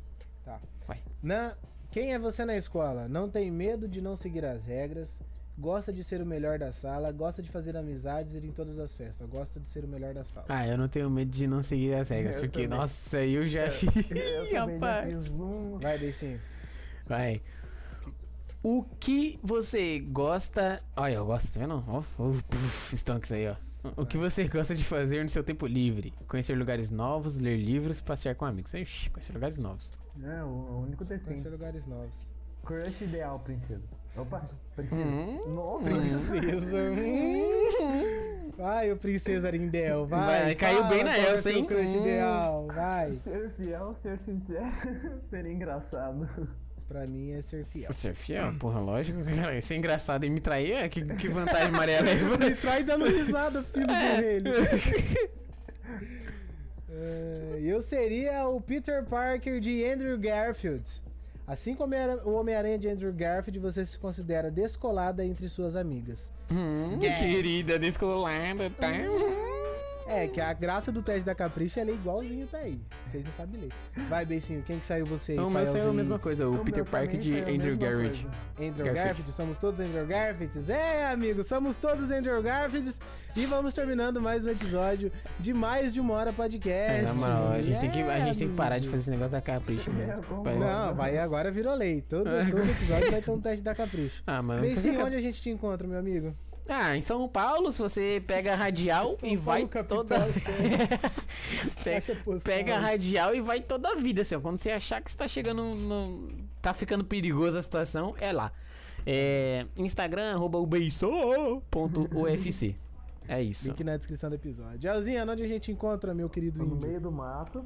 Tá. Vai. Na... Quem é você na escola? Não tem medo de não seguir as regras, gosta de ser o melhor da sala, gosta de fazer amizades e ir em todas as festas, gosta de ser o melhor da sala. Ah, eu não tenho medo de não seguir as regras, Eu porque, também. É, nossa, eu já fiz. [laughs] Eu também [laughs] já rapaz. fiz um. Vai, Deicinho. Vai. O que você gosta. Olha, eu gosto, tá vendo? Ó, ó, puf, stonks aí, ó. O que você gosta de fazer no seu tempo livre? Conhecer lugares novos, ler livros, passear com amigos. Ixi, conhecer lugares novos. É, o único Conhecer desenho. lugares novos. Crush ideal, princesa. Opa, princesa. Hum. Nossa, Princesa. Hum. Vai, o Princesa Arindel, vai. Vai, caiu fala bem na qual é o Elsa, teu hein? crush Hum. ideal, vai. [laughs] ser fiel, ser sincero, [laughs] ser engraçado. Pra mim é ser fiel. Ser fiel? Porra, lógico, cara. Isso é engraçado e me trair. é, Que, que vantagem amarela Me [laughs] aí. trai dando risada, filho do dele. É, eu seria o Peter Parker de Andrew Garfield. Assim como era o Homem-Aranha de Andrew Garfield, você se considera descolada entre suas amigas. Hum, Yes. Querida descolada, tá? Hum. É, que a graça do teste da Capricha ela é igualzinho tá aí. Vocês não sabem ler. Vai, Beicinho, quem que saiu você aí? Então, mas é a paielzinho? mesma coisa. O, Peter Parker de Andrew Garrett. Andrew Garfield. Garfield. somos todos Andrew Garfields? É, amigos, somos todos Andrew Garfields e vamos terminando mais um episódio de mais de uma hora É, podcast. na moral, a gente, tem que, a É, gente tem que parar de amigo. fazer esse negócio da capricho, mano. É, como- Vai- Não, vai agora virou lei. [laughs] Todo, todo episódio vai ter um teste da capricho. Ah, mano. por que Benzinho, que- onde a gente te encontra, meu amigo? Ah, em São Paulo, se você pega a radial São e vai Paulo, capital, toda. [laughs] Pe- Caixa postal. [laughs] pega a radial e vai toda a vida, assim. ó. Quando você achar que você tá chegando. No... Tá ficando perigosa a situação, é lá. É, Instagram, arroba ubeiço.ufc. É isso. Link na descrição do episódio. Elzinha, onde a gente encontra, meu querido No índio? meio do mato.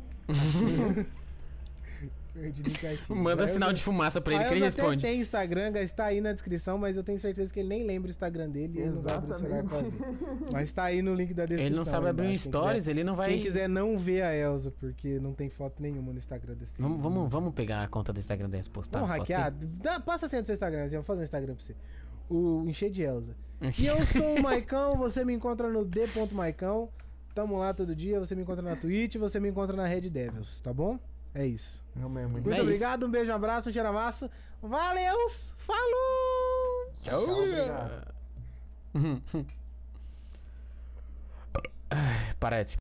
Perdido em caixinha. Manda A sinal Elza- de fumaça pra a ele que ele Elza Ah, até responde. tem Instagram, está aí na descrição, mas eu tenho certeza que ele nem lembra o Instagram dele. e Ele não vai abrir o celular pra Exatamente. ver. Mas tá aí no link da descrição. Ele não sabe aí abrir um embaixo, quem quiser- stories, ele não vai. Quem quiser não ver a Elza, porque não tem foto nenhuma no Instagram desse. Vamos, vamos, vamos pegar a conta do Instagram deles postar. Vamos a foto hackear? Dá- passa a senha do seu Instagram, assim, eu vou fazer um Instagram pra você. O Encher de Elza. dele. E eu sou o Maicão, você me encontra no d.maicão. Tamo lá todo dia, você me encontra na Twitch, você me encontra na Red Devils, tá bom? É isso. Não mesmo. Muito isso. obrigado, um beijo, um abraço, um cheiramaço. Valeus, falou! Tchau. obrigado. [laughs] Ai, Parece.